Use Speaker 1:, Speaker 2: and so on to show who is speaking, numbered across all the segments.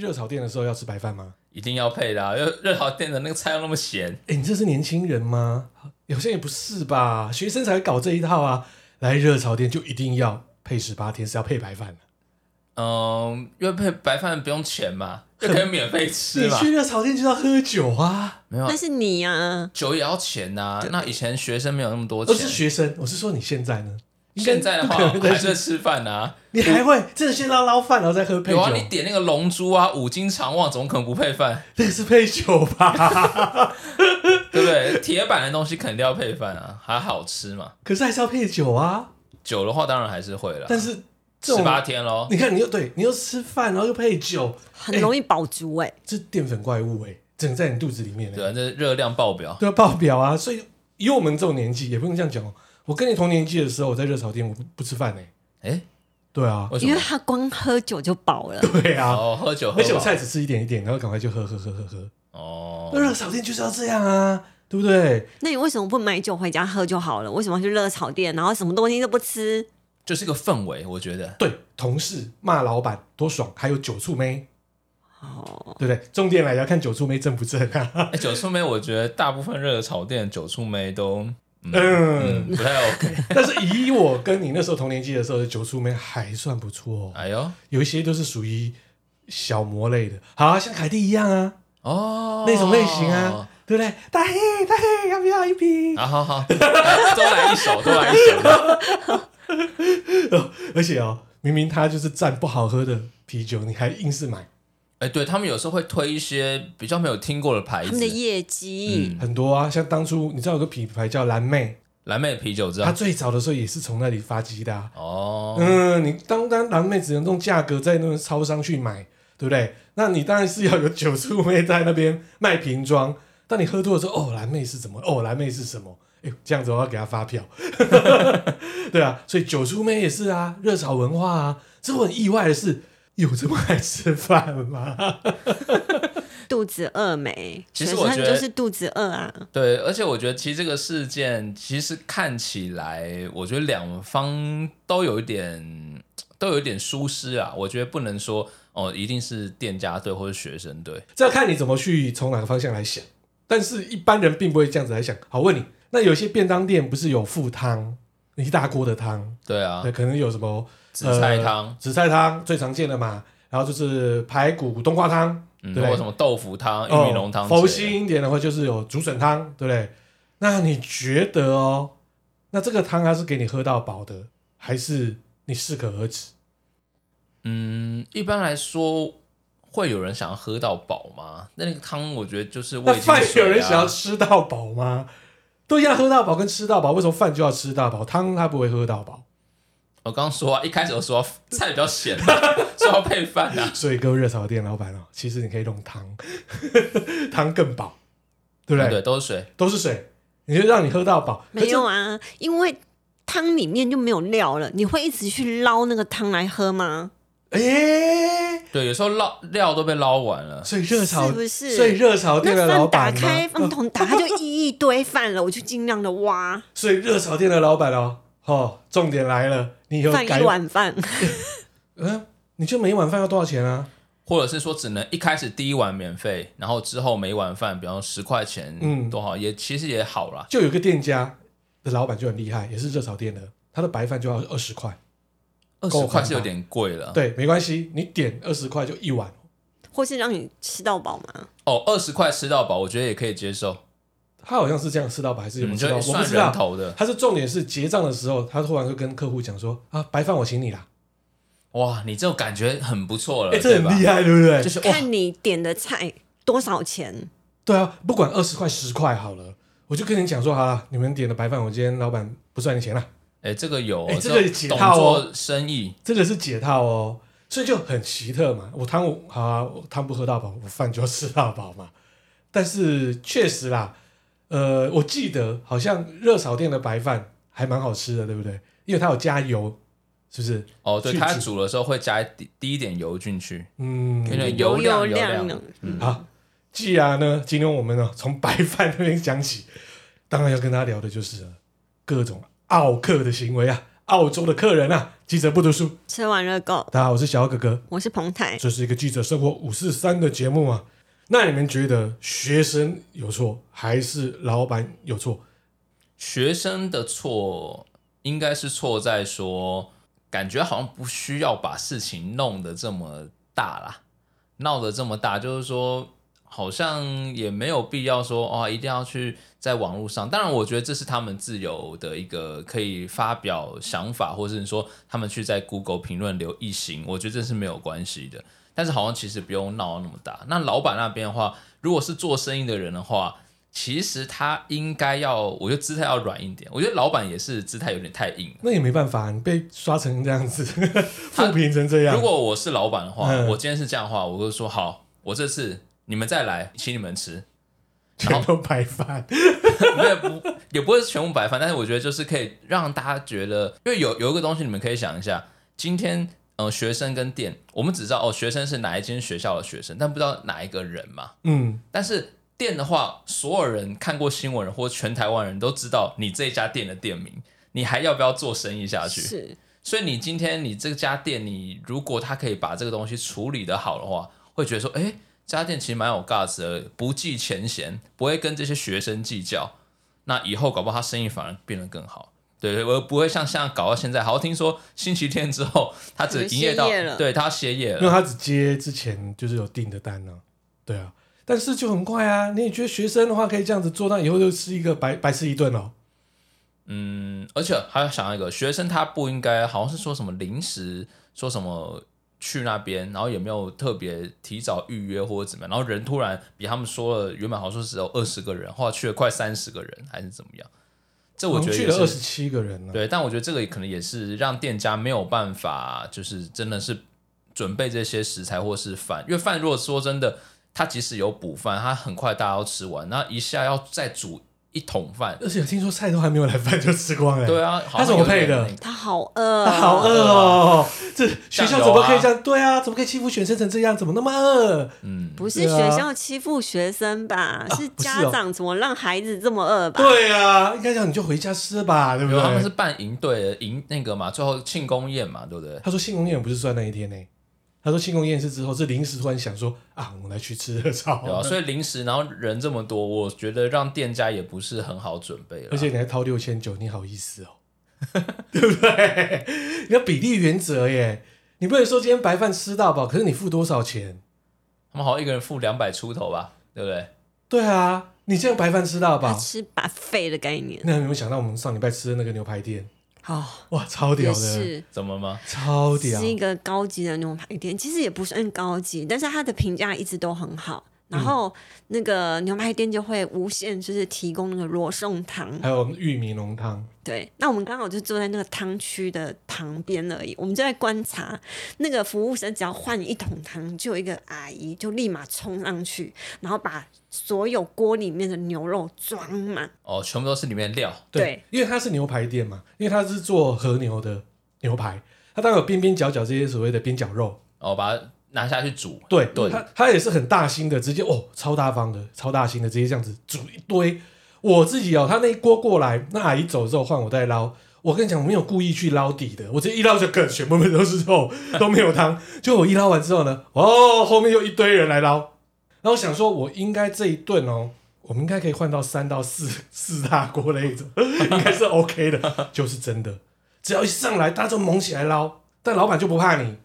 Speaker 1: 热炒店的时候要吃白饭吗？
Speaker 2: 一定要配的、啊， 因为热炒店的那个菜又那么咸，
Speaker 1: 哎、你这是年轻人吗？好像也不是吧，学生才会搞这一套啊。来热炒店就一定要配十八天，是要配白饭的。
Speaker 2: 嗯，因为配白饭不用钱嘛，就可以免费吃
Speaker 1: 你
Speaker 2: 嘛，
Speaker 1: 去热炒店就要喝酒啊。
Speaker 2: 没有
Speaker 3: 那是你啊，
Speaker 2: 酒也要钱呐、那以前学生没有那么多
Speaker 1: 我
Speaker 2: 钱，
Speaker 1: 哦是学生，我是说你现在呢？应该
Speaker 2: 现在 的话
Speaker 1: 不可能
Speaker 2: 还
Speaker 1: 再
Speaker 2: 是会吃饭啊。
Speaker 1: 你还会真的先捞捞饭，然后再喝配
Speaker 2: 有
Speaker 1: 酒？
Speaker 2: 啊，你点那个龙珠啊，五金长旺，怎么可能不配饭？
Speaker 1: 那个是配酒吧？
Speaker 2: 对不对？ 铁板的东西肯定要配饭啊，还好吃嘛。
Speaker 1: 可是还是要配酒啊。
Speaker 2: 酒的话当然还是会了，
Speaker 1: 但是这
Speaker 2: 十
Speaker 1: 种
Speaker 2: 八天喽。
Speaker 1: 你看，你又对你又吃饭，然后又配酒，
Speaker 3: 很容易饱足哎、
Speaker 1: 这淀粉怪物哎、整在你肚子里面呢、
Speaker 2: 对啊，这热量爆 表。
Speaker 1: 都要爆表啊！所以以我们这种年纪，也不用这样讲哦。我跟你同年纪的时候，我在热炒店我不不吃饭呢、
Speaker 2: 哎，
Speaker 1: 对啊，
Speaker 2: 为什
Speaker 3: 因为
Speaker 2: 么？
Speaker 3: 他光喝酒就 饱了。
Speaker 1: 对啊，
Speaker 2: 哦，喝酒喝
Speaker 1: 而且我
Speaker 2: 饱
Speaker 1: 菜只吃一点一点，然后赶快就喝喝喝喝喝。那
Speaker 2: 哦，
Speaker 1: 热炒店就是要这样啊，对不对？
Speaker 3: 那你为什么不买酒回家喝就好了？为什么要去热炒店，然后什么东西都不吃？
Speaker 2: 就是个氛围，我觉得。
Speaker 1: 对，同事骂老板多爽，还有酒醋妹，
Speaker 3: 哦，
Speaker 1: 对不对？重点来要看酒醋妹正不正啊。
Speaker 2: 哎，酒醋妹，我觉得大部分热炒店的酒醋妹都
Speaker 1: 嗯，
Speaker 2: 嗯不太 OK。
Speaker 1: 但是以我跟你那时候同年纪的时候的酒醋妹还算不错、哦，
Speaker 2: 哎呦，
Speaker 1: 有一些都是属于小魔类的，好、啊、像凯蒂一样啊，
Speaker 2: 哦，
Speaker 1: 那种类型啊，对不对？大黑大黑要不要一瓶？
Speaker 2: 啊，好好，好都来一首，都来一首。
Speaker 1: 而且哦，明明他就是蘸不好喝的啤酒，你还硬是买，
Speaker 2: 哎，对他们有时候会推一些比较没有听过的牌子
Speaker 3: 他
Speaker 2: 嗯
Speaker 3: 们的，业绩、
Speaker 1: 很多啊。像当初你知道有个品牌叫蓝妹，
Speaker 2: 蓝妹啤酒知
Speaker 1: 它
Speaker 2: 道？
Speaker 1: 最早的时候也是从那里发迹的、啊。
Speaker 2: 哦，
Speaker 1: 嗯，你当当蓝妹只能用价格在那个超商去买，对不对？那你当然是要有酒醋妹在那边卖瓶装。当你喝多的时候，哦，蓝妹是什么？哦，蓝妹是什么？哎呦，这样子我要给他发票。对啊，所以酒醋妹也是啊，热炒文化啊。这我很意外的是，有这么爱吃饭吗？
Speaker 3: 肚子饿没？
Speaker 2: 其实
Speaker 3: 学
Speaker 2: 我
Speaker 3: 生
Speaker 2: 觉得
Speaker 3: 就是肚子饿啊。
Speaker 2: 对，而且我觉得其实这个事件其实看起来，我觉得两方都有一点都有一点疏失啊。我觉得不能说哦，一定是店家对或者学生对。
Speaker 1: 这要看你怎么去从哪个方向来想。但是一般人并不会这样子来想。好，问你，那有些便当店不是有附汤，一大锅的汤，
Speaker 2: 对啊
Speaker 1: 对，，可能有什么
Speaker 2: 紫菜汤
Speaker 1: 呃，紫菜汤最常见的嘛，然后就是排骨冬瓜汤，
Speaker 2: 嗯，
Speaker 1: 对
Speaker 2: 或者什么豆腐汤、玉米浓汤
Speaker 1: 哦
Speaker 2: 之类的、
Speaker 1: 佛心一点的话就是有竹笋汤，对不对？那你觉得哦，那这个汤它是给你喝到饱的，还是你适可而止？
Speaker 2: 嗯，一般来说会有人想要喝到饱吗？那那个汤我觉得就是
Speaker 1: 那
Speaker 2: 味精
Speaker 1: 饭
Speaker 2: 水啊。
Speaker 1: 有人想要吃到饱吗？都一样喝到饱跟吃到饱，为什么饭就要吃到饱，汤它不会喝到饱？
Speaker 2: 我刚刚说啊，一开始我说菜比较咸嘛， 说要配饭啊。
Speaker 1: 所以各位热炒店老板哦，其实你可以用汤， 汤更饱，对不对？
Speaker 2: 嗯对，都是水。
Speaker 1: 都是水，你就让你喝到饱。
Speaker 3: 没有啊，因为汤里面就没有料了，你会一直去捞那个汤来喝吗？
Speaker 1: 可是，哎、
Speaker 2: 对，有时候捞料都被捞完了。
Speaker 1: 所以热炒
Speaker 3: 是不是
Speaker 1: 所以热炒店的
Speaker 3: 那
Speaker 1: 老
Speaker 3: 饭打
Speaker 1: 板
Speaker 3: 开
Speaker 1: 呢？
Speaker 3: 饭桶打开就一一堆饭了，我就尽量的 挖
Speaker 1: 所以热炒店的老板哦，哦，重点来了，你以后
Speaker 3: 饭
Speaker 1: 改
Speaker 3: 一，碗饭。
Speaker 1: 嗯，你就每一碗饭要多少钱啊？
Speaker 2: 或者是说只能一开始第一碗免费，然后之后每碗饭，比方十块钱，
Speaker 1: 嗯
Speaker 2: 嗯，多好，也其实也好啦。
Speaker 1: 就有一个店家的老板就很厉害，也是热炒店的，他的白饭就要二十块，
Speaker 2: 啊二
Speaker 1: 够
Speaker 2: 十
Speaker 1: 了
Speaker 2: 块是
Speaker 1: 吧
Speaker 2: 有点贵了，
Speaker 1: 对，没关系，你点二十块就一碗，
Speaker 3: 或是让你吃到饱嘛？
Speaker 2: 哦，二十块吃到饱，我觉得也可以接受。
Speaker 1: 他好像是这样吃到饱还是有
Speaker 2: 你
Speaker 1: 吃
Speaker 2: 嗯就
Speaker 1: 到，我
Speaker 2: 算
Speaker 1: 不知道
Speaker 2: 人。头的，
Speaker 1: 他是重点是结账的时候，他突然就跟客户讲说：“啊，白饭我请你啦。
Speaker 2: 哇，你这种感觉很不错了，
Speaker 1: 哎，这
Speaker 2: 呃对
Speaker 1: 很
Speaker 2: 吧？
Speaker 1: 厉害，对不对？
Speaker 2: 就是哇，
Speaker 3: 看你点的菜多少钱，
Speaker 1: 对啊，不管二十块十块好了，我就跟你讲说好了，你们点的白饭，我今天老板不算你钱啦，
Speaker 2: 哎，这个有，
Speaker 1: 哎这个解
Speaker 2: 懂
Speaker 1: 套哦
Speaker 2: 做生意，
Speaker 1: 这个是解套哦。所以就很奇特嘛，我汤我好啊，我汤不喝到饱，我饭就吃到饱嘛。但是确实啦，呃，我记得好像热炒店的白饭还蛮好吃的，对不对？因为它有加油，是不是？
Speaker 2: 哦，对，
Speaker 1: 去
Speaker 2: 它
Speaker 1: 煮
Speaker 2: 煮的时候会加一滴滴一点油进去，
Speaker 1: 嗯，
Speaker 2: 有点
Speaker 3: 油
Speaker 2: 量，油
Speaker 3: 量嗯呢
Speaker 2: 量，？
Speaker 1: 好，既然呢，今天我们呢从白饭那边讲起，当然要跟大家聊的就是各种奥克的行为啊，澳洲的客人啊，记者不读书。
Speaker 3: 吃完热狗，
Speaker 1: 大家好，我是小奥哥哥，
Speaker 3: 我是彭台，
Speaker 1: 这是一个记者生活五四三的节目啊。那你们觉得学生有错还是老板有错？
Speaker 2: 学生的错应该是错在说，感觉好像不需要把事情弄得这么大啦，闹得这么大，就是说好像也没有必要说哦，一定要去在网络上。当然，我觉得这是他们自由的一个可以发表想法，或者是说他们去在 Google 评论留一行，我觉得这是没有关系的。但是好像其实不用闹那么大。那老板那边的话，如果是做生意的人的话，其实他应该要，我觉得姿态要软一点。我觉得老板也是姿态有点太硬了。
Speaker 1: 那也没办法，你被刷成这样子， 负评成这样
Speaker 2: 如。果我是老板的话，
Speaker 1: 嗯
Speaker 2: 我今天是这样的话，我就说好，我这次你们再来，请你们吃，
Speaker 1: 全都白饭，
Speaker 2: 没有不也不会是全部白饭，但是我觉得就是可以让大家觉得，因为有有一个东西你们可以想一下，今天呃学生跟店，我们只知道哦学生是哪一间学校的学生，但不知道哪一个人嘛。
Speaker 1: 嗯，
Speaker 2: 但是店的话，所有人看过新闻或全台湾人都知道你这家店的店名，你还要不要做生意下去？
Speaker 3: 是
Speaker 2: 所以你今天你这家店，你如果他可以把这个东西处理得好的话，会觉得说，哎、这家店其实蛮有 guts 的，不计前嫌，不会跟这些学生计较。那以后搞不好他生意反而变得更好。对，我不会像像搞到现在，好像听说星期天之后他只营业到
Speaker 3: 他就歇业，了
Speaker 2: 对他歇业
Speaker 1: 因为
Speaker 2: 了。
Speaker 1: 他只接之前就是有订的单呢、啊，对啊，但是就很快啊。你也觉得学生的话可以这样子做，那以后就吃一个白白吃一顿哦。
Speaker 2: 嗯，而且还要想到一个学生，他不应该好像是说什么临时说什么去那边，然后也没有特别提早预约或者怎么样，然后人突然比他们说了，原本好像说只有二十个人，后来去了快三十个人，还是怎么样？这我觉得
Speaker 1: 去
Speaker 2: 也
Speaker 1: 了二
Speaker 2: 是
Speaker 1: 十七个人呢、啊
Speaker 2: 对，但我觉得这个可能也是让店家没有办法，就是真的是准备这些食材或是饭，因为饭如果说真的，它即使有补饭，它很快大家都吃完，那一下要再煮一桶饭，
Speaker 1: 而且听说菜都还没有来，饭就吃光了。
Speaker 2: 对啊，好
Speaker 1: 它
Speaker 2: 像
Speaker 1: 怎么
Speaker 2: 有点
Speaker 1: 配的
Speaker 2: 那个
Speaker 3: 他好饿、
Speaker 1: 啊
Speaker 3: 啊，
Speaker 1: 好饿哦！这学
Speaker 2: 酱油啊
Speaker 1: 校怎么可以这样？对啊，怎么可以欺负学生成这样？怎么那么饿？
Speaker 2: 嗯，
Speaker 3: 不是
Speaker 1: 对啊
Speaker 3: 学校欺负学生吧？是
Speaker 1: 不是
Speaker 3: 家
Speaker 1: 哦
Speaker 3: 长怎么让孩子这么饿吧？
Speaker 1: 对啊，应该讲你就回家吃吧，对不
Speaker 2: 有他们
Speaker 1: 对啊
Speaker 2: 是？办营队营那个嘛，最后庆功宴嘛，对不对？
Speaker 1: 他说庆功宴不是算那一天呢、他说庆功宴是之后是临时突然想说啊，我们来去吃热炒
Speaker 2: 对，啊，所以临时然后人这么多，我觉得让店家也不是很好准备了。啊
Speaker 1: 而且你还掏六千九，你好意思哦，对不对？你要比例原则耶，你不能说今天白饭吃到饱，可是你付多少钱？
Speaker 2: 他们好像一个人付两百出头吧，对不对？
Speaker 1: 对啊，你这样白哎饭吃到
Speaker 3: 他
Speaker 1: 饱，
Speaker 3: 吃把肺的概念，
Speaker 1: 那有没有想到我们上礼拜吃的那个牛排店？
Speaker 3: 哦，
Speaker 1: 哇，超屌
Speaker 3: 也
Speaker 1: 的，
Speaker 3: 是。
Speaker 2: 怎么吗？
Speaker 1: 超屌
Speaker 3: 是！一个高级的牛排店，其实也不算高级，但是它的评价一直都很好。然后那个牛排店就会无限就是提供那个罗宋汤，
Speaker 1: 还有玉米浓汤，
Speaker 3: 对。那我们刚好就坐在那个汤区的旁边而已，我们就在观察那个服务生，只要换一桶汤，就有一个阿姨就立马冲上去，然后把所有锅里面的牛肉装满，
Speaker 2: 哦，全部都是里面的料，
Speaker 1: 对，因为它是牛排店嘛，因为它是做和牛的牛排，它当然有边边角角这些所谓的边角肉，
Speaker 2: 哦，把它拿下去煮。
Speaker 1: 对
Speaker 2: 对
Speaker 1: 它它也是很大心的，直接哦，超大方的，超大心的，直接这样子煮一堆。我自己哦，他那一锅过来，那阿姨走之后换我再捞。我跟你讲，我没有故意去捞底的，我直接一捞就梗，全部都是肉，都没有汤。就我一捞完之后呢，哦，后面又一堆人来捞，然后我想说，我应该这一顿哦，我们应该可以换到三到四四大锅那一种，应该是 OK 的，就是真的。只要一上来，大家就猛起来捞，但老板就不怕你，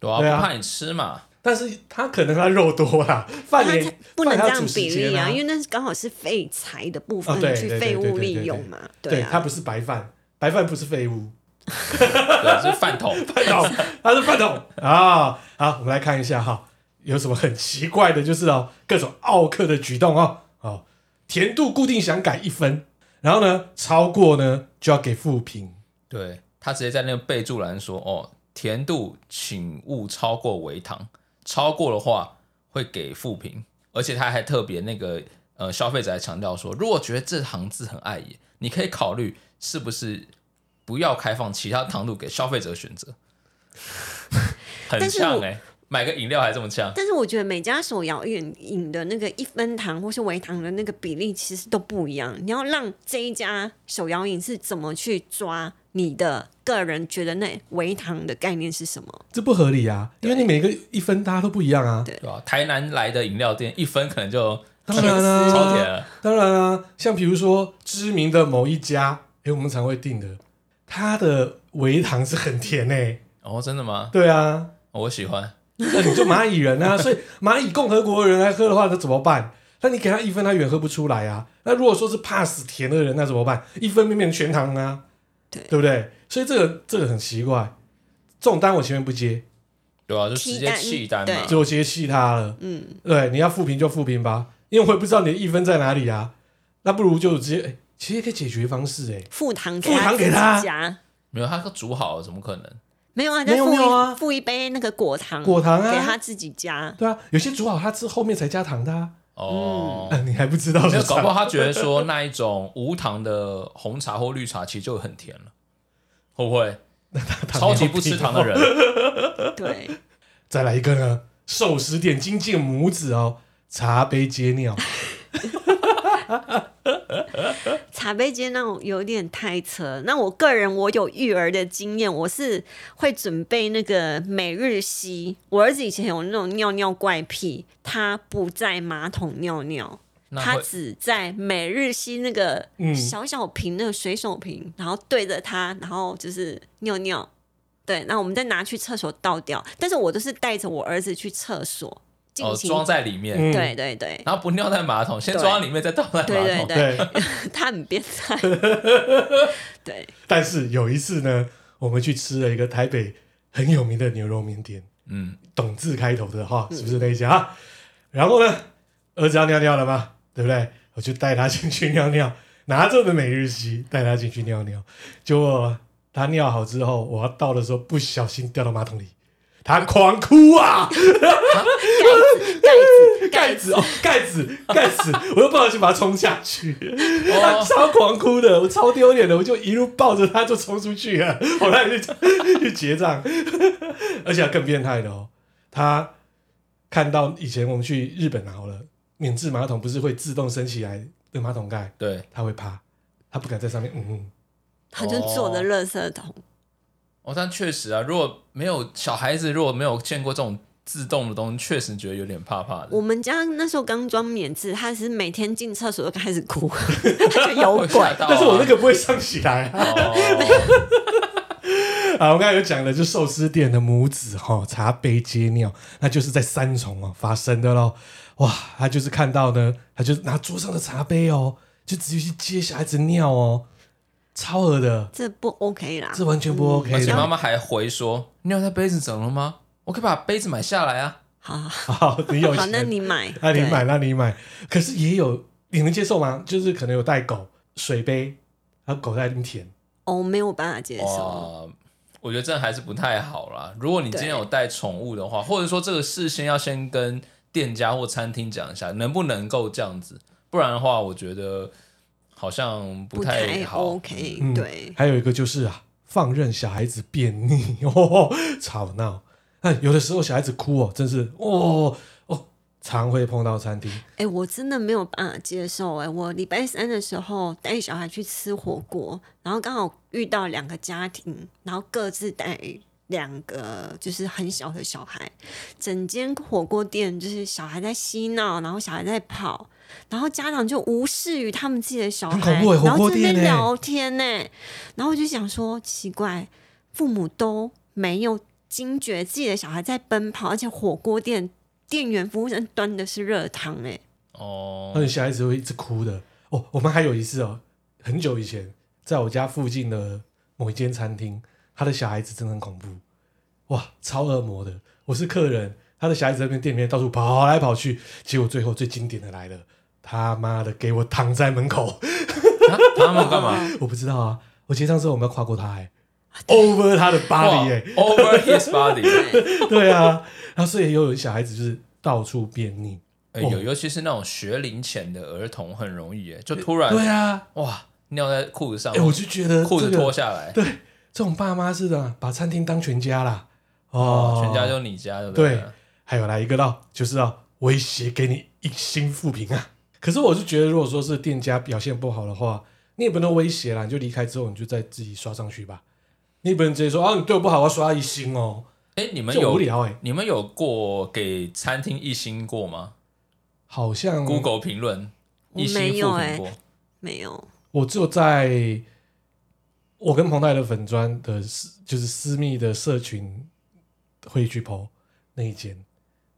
Speaker 2: 对啊，
Speaker 1: 对啊
Speaker 2: 不怕你吃嘛。
Speaker 1: 但是他可能他肉多啦，饭
Speaker 3: 它
Speaker 1: 也
Speaker 3: 哦才不能
Speaker 1: 饭
Speaker 3: 这
Speaker 1: 还要
Speaker 3: 样
Speaker 1: 煮
Speaker 3: 比
Speaker 1: 时间
Speaker 3: 例
Speaker 1: 啊，
Speaker 3: 啊，因为那是刚好是废材的部分、
Speaker 1: 哦对
Speaker 3: 去
Speaker 1: 对对
Speaker 3: 废
Speaker 1: 对
Speaker 3: 物
Speaker 1: 对对对
Speaker 3: 利用嘛，
Speaker 1: 对
Speaker 3: 啊。
Speaker 1: 它不是白饭，白饭不是废物，
Speaker 2: 对，是饭桶。
Speaker 1: 饭桶，它是饭桶啊。好，我们来看一下哈，有什么很奇怪的，就是哦，各种奥克的举动哦，哦，甜度固定想改一分，然后呢，超过呢就要给负评。
Speaker 2: 对他直接在那个备注栏说：“哦，甜度请勿超过微糖，超过的话会给负评。”而且他还特别那个呃，消费者还强调说，如果觉得这行字很碍眼，你可以考虑是不是不要开放其他糖度给消费者选择。 很
Speaker 3: 但是
Speaker 2: 呛
Speaker 3: 我
Speaker 2: 哎、买个饮料还这么呛。
Speaker 3: 但是我觉得每家手摇饮饮的那个一分糖或是微糖的那个比例其实都不一样，你要让这一家手摇饮是怎么去抓你的个人觉得那微糖的概念是什么？
Speaker 1: 这不合理啊，因为你每个一分大家都不一样啊。
Speaker 3: 对
Speaker 2: 对吧？台南来的饮料店一分可能就
Speaker 1: 当然啊啦、
Speaker 2: 超甜了，
Speaker 1: 当然啊，像比如说知名的某一家，诶，我们常会订的，它的微糖是很甜诶、欸
Speaker 2: 哦，真的吗？哦
Speaker 1: 对啊，
Speaker 2: 我喜欢，
Speaker 1: 那你就蚂蚁人啊， 所以蚂蚁共和国的人来喝的话，那怎么办？那你给他一分，他远喝不出来啊。那如果说是怕死甜的人，那怎么办？一分变成全糖啊，
Speaker 3: 对
Speaker 1: 对不对？所以这个这个很奇怪，这种单我前面不接，
Speaker 2: 对吧？就直接弃单
Speaker 3: 对
Speaker 2: 嘛，
Speaker 1: 就接气他了。
Speaker 3: 嗯，
Speaker 1: 对，你要复评就复评吧，因为我也不知道你的一分在哪里啊。那不如就直接，哎、其实可以解决方式、哎，
Speaker 3: 付糖
Speaker 1: 付糖给他
Speaker 3: 自己加，
Speaker 2: 没有他煮好了，怎么可能？
Speaker 3: 没有啊，
Speaker 1: 没
Speaker 3: 再
Speaker 1: 有
Speaker 3: 付
Speaker 1: 没有啊
Speaker 3: 一付一杯那个果糖，
Speaker 1: 果糖
Speaker 3: 给
Speaker 1: 啊，
Speaker 3: 他自己加。
Speaker 1: 对啊，有些煮好它吃后面才加糖的啊，
Speaker 2: 哦，
Speaker 3: 嗯
Speaker 1: 啊你还不知道
Speaker 2: 没
Speaker 1: 是
Speaker 2: 有，搞
Speaker 1: 啥
Speaker 2: 不好他觉得说那一种无糖的红茶或绿茶其实就很甜了，会不 会？超级不吃糖的 人，
Speaker 3: 对，
Speaker 1: 再来一个呢，寿司店金戒母子哦，茶杯接尿，
Speaker 3: 茶杯间那种有点太扯。那我个人我有育儿的经验，我是会准备那个每日吸。我儿子以前有那种尿尿怪癖，他不在马桶尿尿，
Speaker 2: 那
Speaker 3: 他
Speaker 2: 会
Speaker 3: 只在每日吸那个
Speaker 1: 嗯
Speaker 3: 小小瓶那个水手瓶，然后对着他，然后就是尿尿。对，那我们再拿去厕所倒掉。但是我都是带着我儿子去厕所进
Speaker 2: 哦
Speaker 3: 行。
Speaker 2: 装在里面，
Speaker 1: 嗯
Speaker 3: 对对对，
Speaker 2: 然后不尿在马桶，先
Speaker 3: 对
Speaker 2: 装在里面再倒在马桶。
Speaker 3: 对对对
Speaker 1: 对，
Speaker 3: 他很变 态。对，
Speaker 1: 但是有一次呢，我们去吃了一个台北很有名的牛肉面店，
Speaker 2: 嗯，
Speaker 1: 董字开头的哈，是不是那一家？然后呢，儿子要尿尿了嘛，对不对？我就带他进去尿尿，拿着我的每日吸带他进去尿尿，结果他尿好之后，我要倒的时候不小心掉到马桶里，他狂哭啊！盖
Speaker 3: 盖子，盖
Speaker 1: 子
Speaker 3: 子，
Speaker 1: 哦，盖子，盖子， 我又不小心把它冲下去，他
Speaker 2: 哦
Speaker 1: 超狂哭的，我超丢脸的，我就一路抱着他就冲出去了，后来就去结账，而且更变态的哦，他看到以前我们去日本好了，免治马桶不是会自动升起来的马桶盖，
Speaker 2: 对，
Speaker 1: 他会怕，他不敢在上面，嗯嗯，
Speaker 3: 他就坐着垃圾桶，
Speaker 2: 哦，但确实啊，如果没有小孩子，如果没有见过这种自动的东西，确实觉得有点怕怕的
Speaker 3: 我。们家那时候刚装免治，他是每天进厕所就开始哭， 他就有
Speaker 2: 会吓
Speaker 3: 鬼。
Speaker 2: 到啊
Speaker 1: 但是我那个不会上起来啊。
Speaker 2: 哦，
Speaker 1: 啊，我刚才有讲的，就寿司店的母子哈、茶杯接尿，那就是在三重哦发生的喽。哇，他就是看到呢，他就拿桌上的茶杯哦，就直接去接小孩子尿哦，超恶的，
Speaker 3: 这不 OK 啦，
Speaker 1: 这完全不 OK
Speaker 2: 而且
Speaker 1: 的。
Speaker 2: 妈妈还回说：“尿在杯子怎么了吗？我可以把杯子买下来啊。
Speaker 3: 好好，
Speaker 1: 好，你有
Speaker 3: 好那
Speaker 1: 钱，
Speaker 3: 你买，
Speaker 1: 那你
Speaker 3: 对
Speaker 1: 买，，那你买。可是也有，你能接受吗？就是可能有带狗水杯，然后狗在那边舔，
Speaker 3: 哦，没有办法接”
Speaker 1: 哦
Speaker 3: 受，
Speaker 2: 哇，我觉得这还是不太好啦。如果你今天有带宠物的话，或者说这个事先要先跟店家或餐厅讲一下，能不能够这样子？不然的话，我觉得好像
Speaker 3: 不
Speaker 2: 太
Speaker 3: 太
Speaker 2: 好。
Speaker 3: OK，
Speaker 1: 嗯
Speaker 3: 对，
Speaker 1: 还有一个就是啊，放任小孩子便溺 哦，吵闹。那有的时候小孩子哭哦，真是哦哦，常会碰到餐厅。
Speaker 3: 哎、我真的没有办法接受哎、我礼拜三的时候带小孩去吃火锅，然后刚好遇到两个家庭，然后各自带两个就是很小的小孩，整间火锅店就是小孩在嬉闹，然后小孩在跑，然后家长就无视于他们自己的小
Speaker 1: 很恐
Speaker 3: 孩，
Speaker 1: 怖欸
Speaker 3: 然
Speaker 1: 火锅
Speaker 3: 后这边
Speaker 1: 店欸
Speaker 3: 聊天呢、然后我就想说奇怪，父母都没有惊觉自己的小孩在奔跑，而且火锅店。店员服务生端的是热汤、欸，
Speaker 2: 哦
Speaker 1: 那，有小孩子会一直哭的。哦，我们还有一次哦，很久以前，在我家附近的某一间餐厅，他的小孩子真的很恐怖，哇，超恶魔的。我是客人，他的小孩子在那边店里面到处跑来跑去，结果最后最经典的来了，他妈的给我躺在门口，
Speaker 2: 啊他们干嘛？
Speaker 1: 我不知道啊，我结账之后我们要跨过他、哎 over 他的 body 哎、
Speaker 2: 啊哇 over his body，
Speaker 1: 对啊，然后所以又有小孩子就是到处便溺，
Speaker 2: 呃
Speaker 1: 哦
Speaker 2: 有、尤其是那种学龄前的儿童，很容易耶，就突然
Speaker 1: 对啊，
Speaker 2: 哇尿在裤子上，
Speaker 1: 哎、我就觉得
Speaker 2: 裤子
Speaker 1: 这个
Speaker 2: 脱下来，
Speaker 1: 对，这种爸妈是的，把餐厅当全家啦。哦
Speaker 2: 哦，，全家就你家，对不
Speaker 1: 对。还有来一个到，就是要威胁给你一星负评啊。可是我是觉得，如果说是店家表现不好的话，你也不能威胁啦，你就离开之后你就再自己刷上去吧。你不能直接说啊，你对我不好，我要刷一星哦，
Speaker 2: 哎，你们
Speaker 1: 这无
Speaker 2: 有
Speaker 1: 聊哎、
Speaker 2: 你们有过给餐厅一星过吗
Speaker 1: 好像
Speaker 2: ？Google 评论
Speaker 3: 我
Speaker 2: 一星
Speaker 3: 没有
Speaker 2: 复
Speaker 3: 哎
Speaker 2: 评过，
Speaker 3: 没有，
Speaker 1: 我只有在我跟彭泰的粉砖的私，就是私密的社群会去 PO 那一间，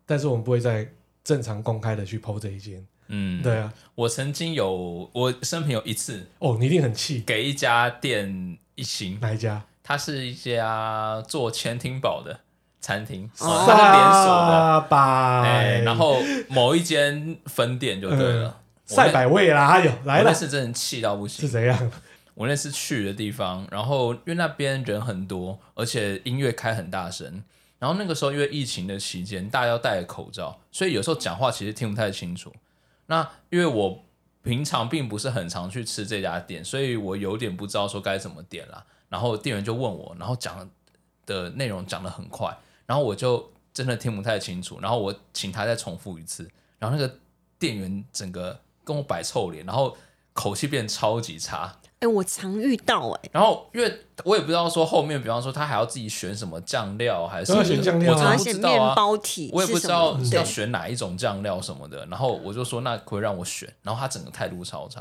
Speaker 1: 但是我们不会在正常公开的去 PO 这一间。
Speaker 2: 嗯，
Speaker 1: 对啊，
Speaker 2: 我曾经有，我生平有一次
Speaker 1: 哦，你一定很气
Speaker 2: 给一家店一星，
Speaker 1: 哪一家？
Speaker 2: 它是一家做前厅堡的餐厅，
Speaker 3: 哦
Speaker 2: 哦，它是连锁的，
Speaker 1: 萨百，
Speaker 2: 哎、然后某一间分店就对了。我
Speaker 1: 赛
Speaker 2: 那
Speaker 1: 百味啦，哎呦嗯来
Speaker 2: 我
Speaker 1: 了
Speaker 2: 那，次真的气到不
Speaker 1: 是
Speaker 2: 行。
Speaker 1: 怎样？
Speaker 2: 我那次去的地方，然后因为那边人很多，而且音乐开很大声。然后那个时候因为疫情的期间，大家要戴口罩，所以有时候讲话其实听不太清楚。那因为我平常并不是很常去吃这家店，所以我有点不知道说该怎么点啦。然后店员就问我，然后讲的内容讲得很快，然后我就真的听不太清楚。然后我请他再重复一次，然后那个店员整个跟我摆臭脸，然后口气变超级差。
Speaker 3: 哎、我常遇到哎、
Speaker 2: 然后因为我也不知道说后面，比方说他还要自己选什么酱料还是什么的
Speaker 1: 都要选酱料啊
Speaker 2: 我真
Speaker 3: 而
Speaker 2: 的不
Speaker 3: 且
Speaker 2: 知
Speaker 3: 面
Speaker 2: 道啊。
Speaker 3: 包体
Speaker 2: 我也不
Speaker 3: 是
Speaker 2: 知
Speaker 3: 什
Speaker 2: 道
Speaker 3: 么？嗯
Speaker 2: 要
Speaker 3: 对，
Speaker 2: 选哪一种酱料什么的，然后我就说那可不可以让我选，然后他整个态度超差，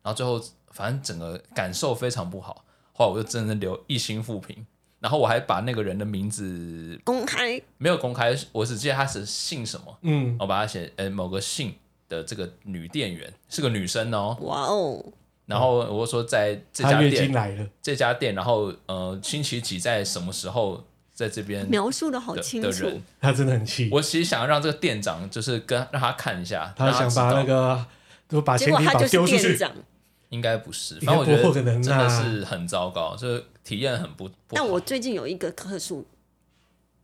Speaker 2: 然后最后反正整个感受非常不好，后来我就真的留一星负评，然后我还把那个人的名字
Speaker 3: 公开
Speaker 2: 没有公开，我只记得他是姓什么，
Speaker 1: 嗯，
Speaker 2: 我把他写呃某个姓的这个女店员是个女生哦，
Speaker 3: 哇哦，
Speaker 2: 然后我就说在这
Speaker 1: 他
Speaker 2: 家
Speaker 1: 月
Speaker 2: 店
Speaker 1: 经来了，
Speaker 2: 这家店，然后呃，星期几在什么时候在这边的
Speaker 3: 描述的好清
Speaker 2: 的
Speaker 3: 楚
Speaker 2: 人，，
Speaker 1: 他真的很气，
Speaker 2: 我其实想要让这个店长就是跟让他看一下，
Speaker 1: 他
Speaker 2: 让他
Speaker 1: 想
Speaker 2: 知
Speaker 1: 把那
Speaker 2: 道
Speaker 1: 个就把
Speaker 3: 结
Speaker 1: 钱
Speaker 3: 果
Speaker 1: 提
Speaker 3: 他
Speaker 1: 宝
Speaker 3: 就是
Speaker 1: 丢出
Speaker 3: 店
Speaker 1: 去。
Speaker 3: 长。
Speaker 2: 应该不是，
Speaker 1: 应该
Speaker 2: 反正我觉
Speaker 1: 不可
Speaker 2: 得
Speaker 1: 能啊
Speaker 2: 真的是很糟糕，就是体验很不不好。
Speaker 3: 但我最近有一个客诉，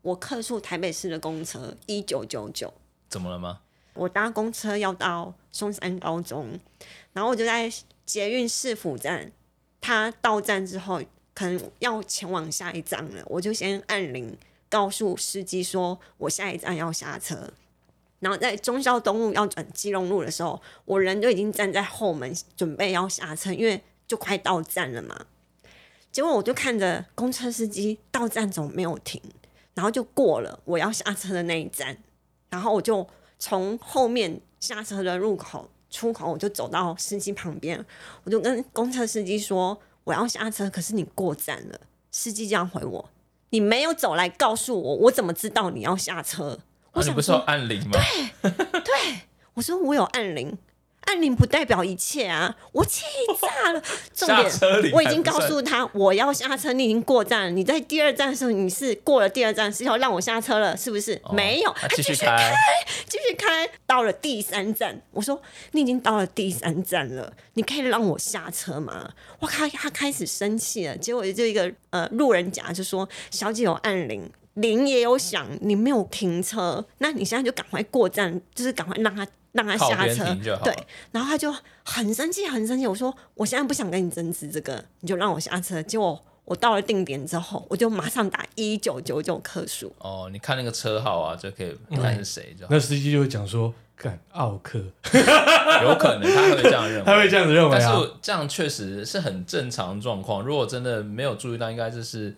Speaker 3: 我客诉台北市的公车一九九九，
Speaker 2: 怎么了吗？
Speaker 3: 我搭公车要到松山高中，然后我就在捷运市府站，他到站之后可能要前往下一站了，我就先按铃告诉司机说我下一站要下车。然后在忠孝东路要转基隆路的时候，我人就已经站在后门准备要下车，因为就快到站了嘛。结果我就看着公车司机到站总没有停，然后就过了我要下车的那一站，然后我就从后面下车的入口出口，我就走到司机旁边，我就跟公车司机说我要下车，可是你过站了。司机这样回我：“你没有走来告诉我，我怎么知道你要下车？”我
Speaker 2: 啊、你
Speaker 3: 想
Speaker 2: 不是
Speaker 3: 说
Speaker 2: 有按铃吗？
Speaker 3: 我说我有按铃，按铃不代表一切啊！我气炸了。重
Speaker 2: 下
Speaker 3: 点
Speaker 2: 车铃，
Speaker 3: 我已经告诉他我要下车，你已经过站了。你在第二站的时候你是过了第二站是要让我下车了，是不是？
Speaker 2: 哦
Speaker 3: 没有，
Speaker 2: 啊
Speaker 3: 啊
Speaker 2: 继续
Speaker 3: 续
Speaker 2: 开。
Speaker 3: 继续开。到了第三站，我说你已经到了第三站了，你可以让我下车吗？我靠，他开始生气了。结果就一个呃路人甲就说：“小姐有按铃。”铃也有响，你没有停车，那你现在就赶快过站，就是赶快让他让他
Speaker 2: 靠
Speaker 3: 下
Speaker 2: 边
Speaker 3: 车
Speaker 2: 停就好，
Speaker 3: 对，然后他就很生气，很生气。我说我现在不想跟你争执这个，你就让我下车。结果我到了定点之后，我就马上打一九九九客诉。
Speaker 2: 哦，你看那个车号啊，就可以看是谁就好。
Speaker 1: 那司机就会讲说，干奥克，
Speaker 2: 有可能他会这样认为，
Speaker 1: 他会这样子认为
Speaker 2: 嗯但
Speaker 1: 啊
Speaker 2: 是这样确实是很正常的状况。如果真的没有注意到，应该就是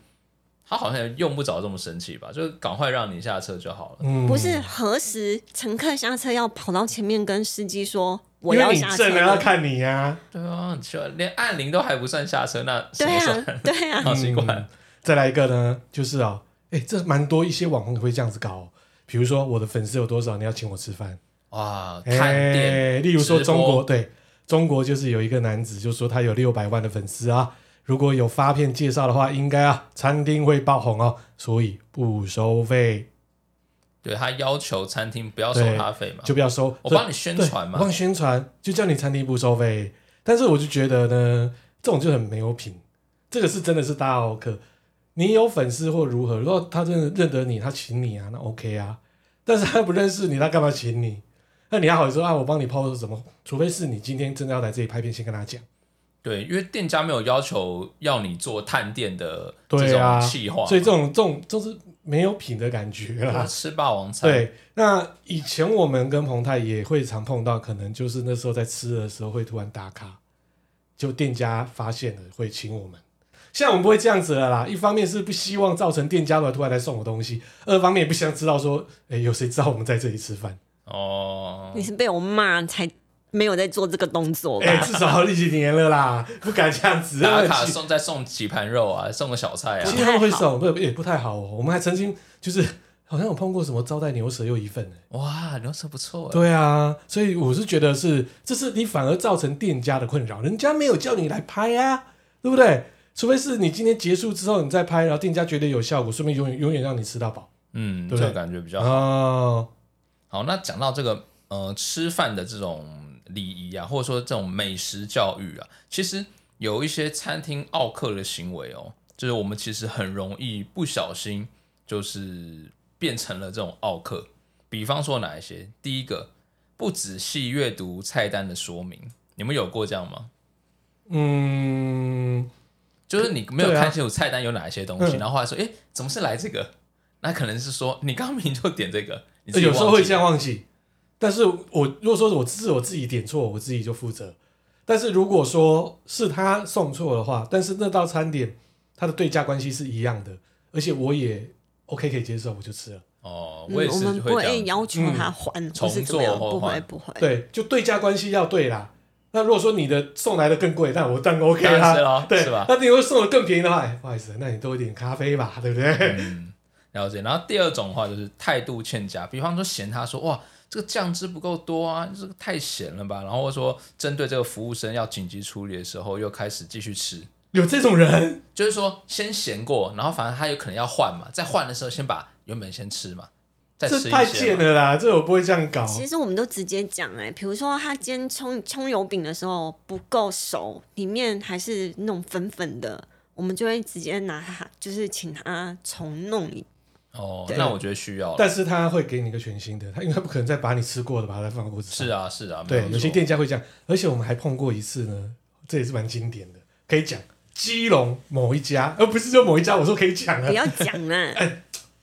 Speaker 2: 他好像用不着这么生气吧，就赶快让你下车就好了。
Speaker 1: 嗯，
Speaker 3: 不是何时乘客下车要跑到前面跟司机说我
Speaker 1: 因
Speaker 3: 要
Speaker 1: 为你
Speaker 3: 下车
Speaker 1: 正了要
Speaker 3: 了？
Speaker 1: 看你呀、
Speaker 2: 对啊，很奇怪，连按铃都还不算下车，那什
Speaker 3: 对
Speaker 2: 么算？
Speaker 3: 啊，对啊，
Speaker 2: 好奇怪。
Speaker 1: 嗯再来一个呢，就是啊、哎、这蛮多一些网红会这样子搞、哦，比如说我的粉丝有多少，你要请我吃饭。
Speaker 2: 哇，
Speaker 1: 哎，
Speaker 2: 看店，
Speaker 1: 例如说
Speaker 2: 直播
Speaker 1: 中国，对中国就是有一个男子就说他有六百万的粉丝啊，如果有发片介绍的话，应该啊餐厅会爆红哦，所以不收费
Speaker 2: 对他要求餐厅不要收
Speaker 1: 对
Speaker 2: 他费嘛，
Speaker 1: 就不要收。
Speaker 2: 我帮你宣传
Speaker 1: 对
Speaker 2: 嘛
Speaker 1: 我帮你宣传，就叫你餐厅不收费。但是我就觉得呢，这种就很没有品，这个是真的是大奥客。你有粉丝或如何，如果他真的认得你，他请你啊，那 OK 啊。但是他不认识你，他干嘛请你？那你还好说啊，我帮你抛什么？除非是你今天真的要来这里拍片，先跟他讲。
Speaker 2: 对，因为店家没有要求要你做探店的这
Speaker 1: 对啊
Speaker 2: 种企划嘛，
Speaker 1: 所以这种这种就是没有品的感觉啦
Speaker 2: 就是。吃霸王餐，
Speaker 1: 对，那以前我们跟彭泰也会常碰到，可能就是那时候在吃的时候会突然打卡，就店家发现了会请我们。现在我们不会这样子了啦。一方面是不希望造成店家来突然来送我东西，二方面也不想知道说，哎、有谁知道我们在这里吃饭？
Speaker 2: 哦
Speaker 3: 你，是被我骂才没有在做这个动作吧？
Speaker 1: 哎、至少好几年了啦，不敢这样子。啊
Speaker 2: 打卡送再送几盘肉啊，送个小菜啊
Speaker 1: 其，实他们会送，不也不太好哦。我们还曾经就是好像有碰过什么招待牛舌又一份、欸
Speaker 2: 哇，牛舌不错哎，
Speaker 1: 对啊，所以我是觉得是，这是你反而造成店家的困扰，人家没有叫你来拍啊，对不对？除非是你今天结束之后你再拍，然后店家觉得有效果，顺便永远永远让你吃到饱。
Speaker 2: 嗯，
Speaker 1: 对
Speaker 2: 这个感觉比较好。
Speaker 1: 哦，
Speaker 2: 好，那讲到这个呃吃饭的这种礼仪啊，或者说这种美食教育啊，其实有一些餐厅奥客的行为哦，就是我们其实很容易不小心就是变成了这种奥客。比方说哪一些？第一个，不仔细阅读菜单的说明，你们有过这样吗？
Speaker 1: 嗯，
Speaker 2: 就是你没有
Speaker 1: 对啊
Speaker 2: 看清楚菜单有哪一些东西，
Speaker 1: 嗯
Speaker 2: 然后后来说，哎，怎么是来这个？那可能是说你刚刚明明就点这个，你自己
Speaker 1: 有时候
Speaker 2: 忘记
Speaker 1: 会这样忘记，但是我如果说我是我自己点错，我自己就负责。但是如果说是他送错的话，但是那道餐点它的对价关系是一样的，而且我也 OK 可以接受，我就吃了。
Speaker 2: 哦，
Speaker 3: 嗯
Speaker 2: 我也
Speaker 3: 我
Speaker 2: 是
Speaker 3: 们不
Speaker 2: 会这
Speaker 3: 会
Speaker 2: 样子。嗯
Speaker 3: 要求他还，或
Speaker 2: 重
Speaker 3: 是怎么样？
Speaker 2: 做或
Speaker 3: 不会
Speaker 2: 还
Speaker 3: 不会。
Speaker 1: 对，就对价关系要对啦。那如果说你的送来的更贵，那我当然 OK
Speaker 2: 当然是
Speaker 1: 啦，
Speaker 2: 咯
Speaker 1: 对
Speaker 2: 是吧
Speaker 1: 那你会送的更便宜的话，哎，不好意思，那你多一点咖啡吧，对不对？
Speaker 2: 嗯，了解。然后第二种的话就是态度欠佳，比方说嫌他说哇这个酱汁不够多啊，这个太咸了吧，然后或者说针对这个服务生要紧急处理的时候又开始继续吃，
Speaker 1: 有这种人，
Speaker 2: 就是说先咸过，然后反正他有可能要换嘛，在换的时候先把原本先吃嘛，再
Speaker 1: 这
Speaker 2: 吃
Speaker 1: 太
Speaker 2: 一些
Speaker 1: 贱
Speaker 2: 嘛。
Speaker 1: 了啦，这我不会这样搞。
Speaker 3: 其实我们都直接讲哎、比如说他今天葱葱油饼的时候不够熟，里面还是那种粉粉的，我们就会直接拿它，就是请他重弄一。
Speaker 2: 哦，
Speaker 3: 对
Speaker 2: 那我觉得需要了。
Speaker 1: 但是他会给你一个全新的，他因为他不可能再把你吃过的把它放到锅子上。
Speaker 2: 是啊，是啊，没
Speaker 1: 对，
Speaker 2: 错
Speaker 1: 有些店家会这样，而且我们还碰过一次呢，这也是蛮经典的，可以讲基隆某一家，而不是就某一家，我说可以讲啊
Speaker 3: 不，要 讲啦、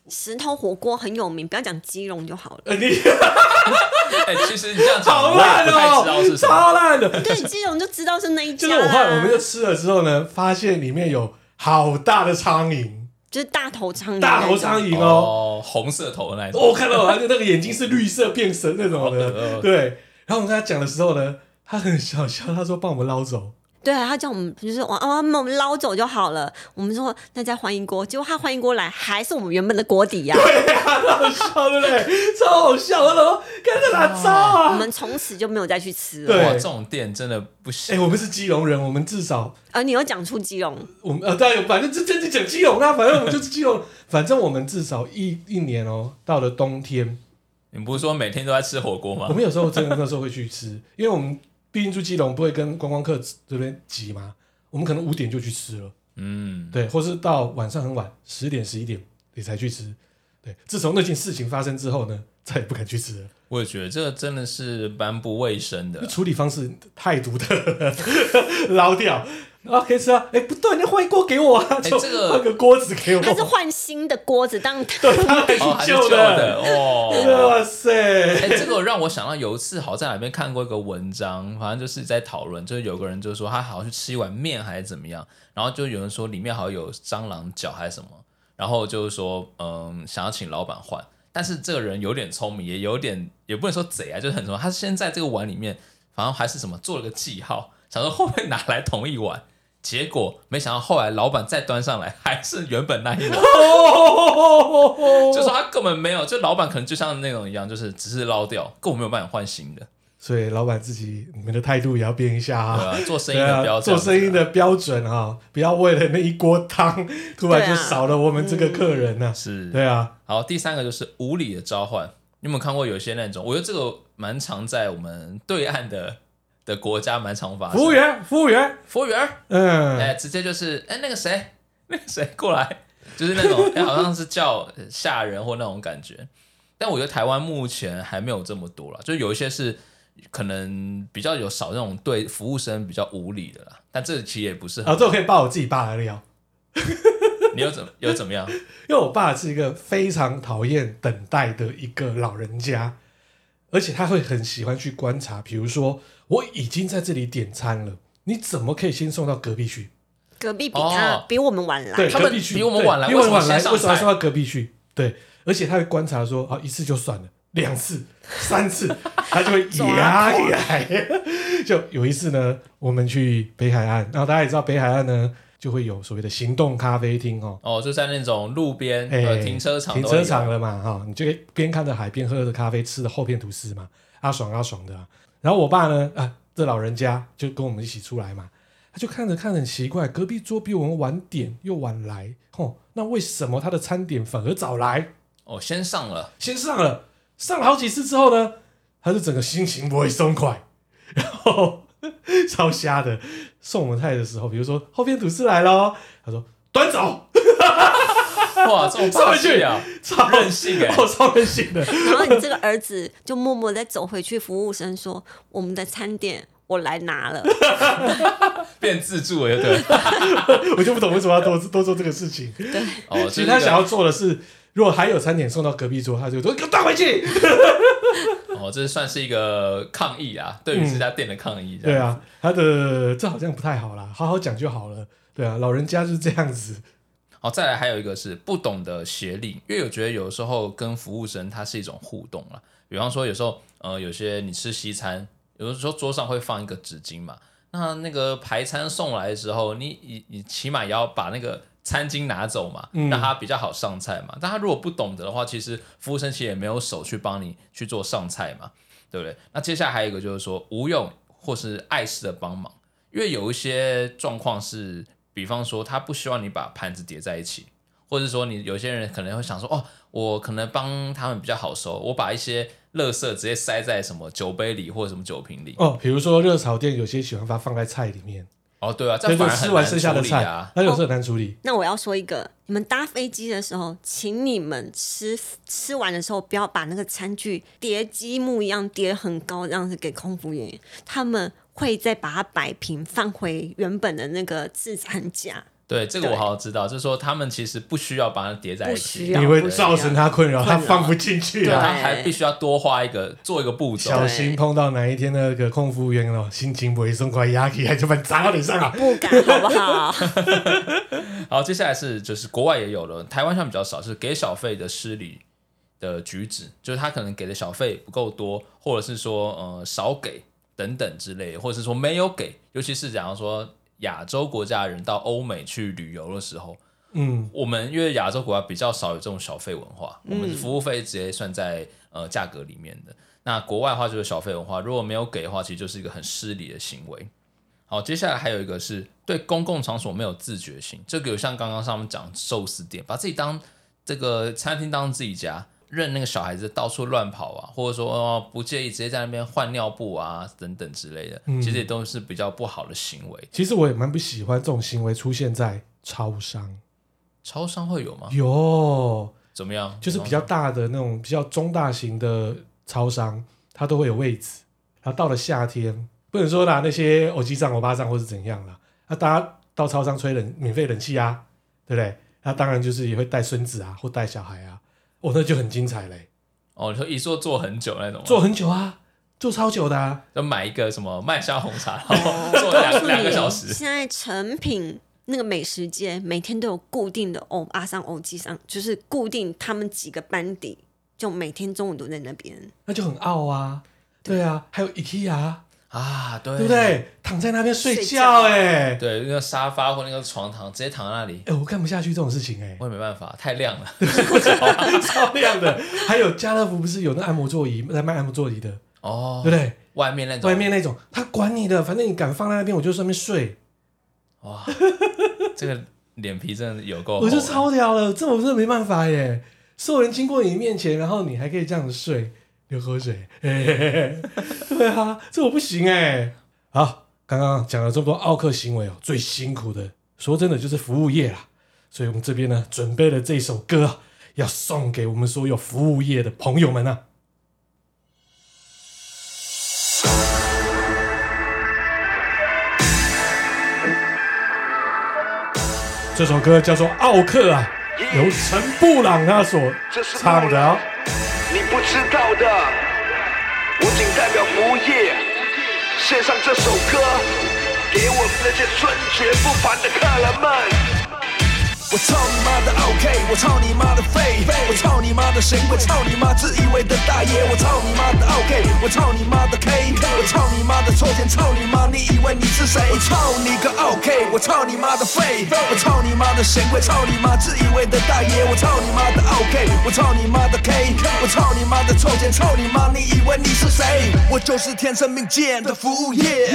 Speaker 3: 石头火锅很有名，不要讲鸡茸就好了。
Speaker 1: 呃，你
Speaker 2: 哎、其实你这样讲，
Speaker 1: 好
Speaker 2: 我也
Speaker 1: 烂
Speaker 2: 不太知道
Speaker 1: 哦、
Speaker 2: 是什么。
Speaker 1: 超烂的，
Speaker 3: 对，鸡茸就知道是那一
Speaker 1: 就
Speaker 3: 家
Speaker 1: 是
Speaker 3: 啦、
Speaker 1: 我后来我们就吃了之后呢，发现里面有好大的苍蝇，
Speaker 3: 就是大头苍蝇，
Speaker 1: 大头苍
Speaker 3: 蝇，
Speaker 1: 蝇嗯哦，
Speaker 2: 哦，红色头的那一种。
Speaker 1: 我看到了，而且那个眼睛是绿色变色那种
Speaker 2: 好恶哦
Speaker 1: 的，对。然后我们跟他讲的时候呢，他很小笑，他说帮我们捞走，
Speaker 3: 对他叫我们就是我啊，我们捞走就好了。我们说那再换一锅，结果他换一锅来还是我们原本的锅底呀、
Speaker 1: 好笑对不对？超好笑，他说看他哪招
Speaker 3: 我
Speaker 1: 啊？
Speaker 3: 们从此就没有再去吃了。
Speaker 1: 对
Speaker 2: 哇，这种店真的不
Speaker 1: 哎，
Speaker 2: 行。
Speaker 1: 我们是基隆人，我们至少
Speaker 3: 而呃你又讲出鸡茸，
Speaker 1: 我们呃，当然有，反正这这就讲基隆啊啦，反正我们就是基隆，反正我们至少一一年哦，到了冬天，
Speaker 2: 你不是说每天都在吃火锅
Speaker 1: 我
Speaker 2: 吗？
Speaker 1: 们有时候真的那时候会去吃，因为我们毕竟住基隆，不会跟观光客这边挤嘛。我们可能五点就去吃了，
Speaker 2: 嗯，
Speaker 1: 对，或是到晚上很晚，十点十一点你才去吃。对，自从那件事情发生之后呢，再也不敢去吃了。
Speaker 2: 我也觉得这真的是蛮不卫生的
Speaker 1: 那。处理方式太独特了， 捞掉。啊，可以吃啊！哎、不对，你换一锅给我啊！就
Speaker 2: 哎这个
Speaker 1: 换个锅子给我。
Speaker 3: 他是换新的锅子当
Speaker 2: 哦，还是
Speaker 1: 旧
Speaker 2: 旧
Speaker 1: 的啊
Speaker 2: 的哦。
Speaker 1: 哇塞！
Speaker 2: 哎、这个让我想到有一次好像在哪边看过一个文章，反正就是在讨论，就是有个人就说他好像去吃一碗面还是怎么样，然后就有人说里面好像有蟑螂脚还是什么，然后就是说嗯想要请老板换，但是这个人有点聪明，也有点也不能说贼啊，就是很聪明，他先在这个碗里面，反正还是什么做了个记号，想说会不会拿来同一碗。结果没想到，后来老板再端上来，还是原本那一碗。就说他根本没有，就老板可能就像那种一样，就是只是捞掉，根本没有办法换新的。
Speaker 1: 所以老板自己，你们的态度也要变一下啊。
Speaker 2: 对啊，做生意
Speaker 1: 对
Speaker 2: 的
Speaker 1: 啊，
Speaker 2: 不要这
Speaker 1: 做
Speaker 2: 样子啊
Speaker 1: 生意的标准啊，不要为了那一锅 汤，突然就
Speaker 3: 对啊
Speaker 1: 少了我们这个客人呢、
Speaker 2: 是。
Speaker 1: 对啊，
Speaker 2: 好，第三个就是无理的召唤，你有没有看过有些那种？我觉得这个蛮常在我们对岸的的国家蛮常发生。
Speaker 1: 服务，员，服务员，
Speaker 2: 服务员儿，
Speaker 1: 嗯，
Speaker 2: 哎、直接就是哎、那个谁，那个谁过来，就是那种、哎好像是叫吓人或那种感觉。但我觉得台湾目前还没有这么多了，就有一些是可能比较有少那种对服务生比较无理的啦。但这其实也不是
Speaker 1: 啊，
Speaker 2: 很，
Speaker 1: 这我可以爆我自己爸的料，
Speaker 2: 你又怎么又怎么样？
Speaker 1: 因为我爸是一个非常讨厌等待的一个老人家，而且他会很喜欢去观察，比如说我已经在这里点餐了，你怎么可以先送到隔壁去？
Speaker 3: 隔壁比他、
Speaker 2: 哦
Speaker 3: 比我们晚来，
Speaker 1: 对，
Speaker 2: 他
Speaker 1: 隔
Speaker 2: 们
Speaker 1: 壁去
Speaker 2: 比我们
Speaker 1: 对
Speaker 2: 晚来
Speaker 1: 比我们
Speaker 2: 为
Speaker 1: 晚
Speaker 2: 什么
Speaker 1: 来，
Speaker 2: 先
Speaker 1: 为什么要
Speaker 2: 上菜
Speaker 1: 送到隔壁去？对，而且他会观察说，啊，一次就算了，两次、三次，他就 会
Speaker 3: 抓
Speaker 1: 牙来。 就有一次呢，我们去北海岸，然后大家也知道北海岸呢，就会有所谓的行动咖啡厅哦，
Speaker 2: 哦，就在那种路边、
Speaker 1: 哎、
Speaker 2: 呃停车场、
Speaker 1: 停车场，了嘛，哈、你就可以边看着海边喝着咖啡，吃着厚片吐司嘛，阿爽阿爽的啊、然后我爸呢，啊，这老人家就跟我们一起出来嘛，他就看着看着很奇怪，隔壁桌比我们晚点又晚来，吼，那为什么他的餐点反而早来？
Speaker 2: 哦，先上了，
Speaker 1: 先上了，上了好几次之后呢，他就整个心情不会松快， 然后超瞎的送我们菜的时候，比如说厚片吐司来喽，他说端走，
Speaker 2: 哇，这么霸 气啊，
Speaker 1: 超
Speaker 2: 任性哎、
Speaker 1: 哦，超任性的。
Speaker 3: 然后你这个儿子就默默地走回去，服务生说：“我们的餐点我来拿了。
Speaker 2: 变自助了，对了，
Speaker 1: 我就不懂为什么要多多做这个事情。
Speaker 2: 哦，就是
Speaker 1: 其实他
Speaker 2: 一个
Speaker 1: 想要做的是，如果还有餐点送到隔壁桌，他就说给我带回去。
Speaker 2: 啊哦，这算是一个抗议啊，对于这家店的抗议。这
Speaker 1: 对
Speaker 2: 样，
Speaker 1: 啊，他的这好像不太好啦，好好讲就好了。对啊，老人家就是这样子。
Speaker 2: 好，再来还有一个是不懂得协力，因为我觉得有时候跟服务生它是一种互动啦。比方说有时候呃，有些你吃西餐，有的时候桌上会放一个纸巾嘛，那那个排餐送来的时候，你你你起码也要把那个。餐巾拿走嘛，
Speaker 1: 嗯
Speaker 2: 让他比较好上菜嘛。但他如果不懂得的话，其实服务生其实也没有手去帮你去做上菜嘛，对不对？那接下来还有一个就是说无用或是碍事的帮忙。因为有一些状况是，比方说他不希望你把盘子叠在一起，或者说你有些人可能会想说，哦，我可能帮他们比较好收，我把一些垃圾直接塞在什么酒杯里或者什么酒瓶里。
Speaker 1: 哦，比如说热炒店有些喜欢把它放在菜里面，
Speaker 2: 哦，对啊，这
Speaker 1: 所
Speaker 2: 样
Speaker 1: 以就
Speaker 2: 反而
Speaker 1: 吃
Speaker 2: 很
Speaker 1: 完
Speaker 2: 难
Speaker 1: 剩下的
Speaker 2: 处理
Speaker 1: 菜，
Speaker 2: 啊。
Speaker 1: 那有时候很难处理”。
Speaker 3: 那我要说一个，你们搭飞机的时候，请你们吃吃完的时候，不要把那个餐具叠积木一样叠很高，这样子给空服员，他们会再把它摆平，放回原本的那个自餐架。
Speaker 2: 对，这个我
Speaker 3: 对
Speaker 2: 好好知道，就是说他们其实不需要把它叠在一
Speaker 3: 不
Speaker 2: 起
Speaker 3: 需，要
Speaker 1: 你会造成他困扰，
Speaker 3: 困
Speaker 1: 他
Speaker 3: 扰
Speaker 1: 放不进去
Speaker 2: 对，
Speaker 1: 啊。
Speaker 2: 他还必须要多花一个做一个步骤。
Speaker 1: 小心碰到哪一天那个空服务员哦，心情不会松快，压起来就把你砸到脸上啊。
Speaker 3: 不敢好不好？
Speaker 2: 好，接下来是就是国外也有了，台湾像比较少，是给小费的失礼的举止，就是他可能给的小费不够多，或者是说呃少给等等之类的，或者是说没有给，尤其是假如说亚洲国家的人到欧美去旅游的时候，
Speaker 1: 嗯，
Speaker 2: 我们因为亚洲国家比较少有这种小费文化，我们服务费直接算在呃价格里面的。那国外的话就是小费文化，如果没有给的话，其实就是一个很失礼的行为。好，接下来还有一个是对公共场所没有自觉性，这个有像刚刚上面讲寿司店，把自己当这个餐厅当自己家，任那个小孩子到处乱跑啊，或者说、哦、不介意直接在那边换尿布啊等等之类的，其实也都是比较不好的行为。
Speaker 1: 其实我也蛮不喜欢这种行为出现在超商，
Speaker 2: 超商会有吗？
Speaker 1: 有
Speaker 2: 怎么样？
Speaker 3: 哦
Speaker 1: 就是比较大的那种比较中大型的超商，它都会有位置。然后到了夏天，不能说啦，那些偶机账、欧巴账或是怎样啦，那大家到超商吹冷免费冷气啊，对不对？那当然就是也会带孙子啊，或带小孩啊，哦，那就很精彩嘞，
Speaker 2: 哦，你说一坐坐很久那种吗，
Speaker 1: 坐很久啊，坐超久的啊，
Speaker 2: 就买一个什么麦香红茶，然
Speaker 1: 哦
Speaker 2: 后坐两两个小时。
Speaker 3: 现在成品那个美食街每天都有固定的欧阿桑欧基桑，就是固定他们几个班底，就每天中午都在那边。
Speaker 1: 那就很傲啊，对啊，还有 IKEA，啊
Speaker 2: 啊，对
Speaker 1: 对不？对？躺在那边睡
Speaker 3: 睡
Speaker 1: 觉、
Speaker 3: 觉
Speaker 1: 欸，哎、哎
Speaker 2: 对，那个沙发或那个床躺直接躺在那里，
Speaker 1: 我看不下去这种事情、欸，
Speaker 2: 我也没办法，太亮了。
Speaker 1: 哎，超亮的。 还有家乐福不是有那按摩座椅在卖按摩座椅的，
Speaker 2: 哦
Speaker 1: 对不，对？
Speaker 2: 外面那种
Speaker 1: 外面那种，他管你的，反正你敢放在那边，我就上面睡，
Speaker 2: 哇，这个脸皮真的有够厚啊
Speaker 1: 我
Speaker 2: 的，
Speaker 1: 就超屌了，这我真的没办法耶。所有人经过你面前，然后你还可以这样睡，流口水， 嘿嘿嘿对啊，这我不行哎。好，刚刚讲了这么多奥克行为哦，最辛苦的，说真的就是服务业啦。所以我们这边呢，准备了这首歌啊，要送给我们所有服务业的朋友们啊。这首歌叫做《奥克》啊，由陈布朗他所唱的、哦。
Speaker 4: 你不知道的，我仅代表服务业献上这首歌给我们那些春绝不凡的客人们。
Speaker 5: 我操你妈的 OK，我操你妈的废，我操你妈的神棍，操你妈自以为的大爷，我操你妈的 OK，我操你妈的 K，我操你妈的臭钱，操你妈你以为你是谁？我操你个 OK，我操你妈的废，我操你妈的神棍，操你妈自以为的大爷，我操你妈的 OK，我操你妈的 K，我操你妈的臭钱，操你妈你以为你是谁？我就是天生命贱的服务业，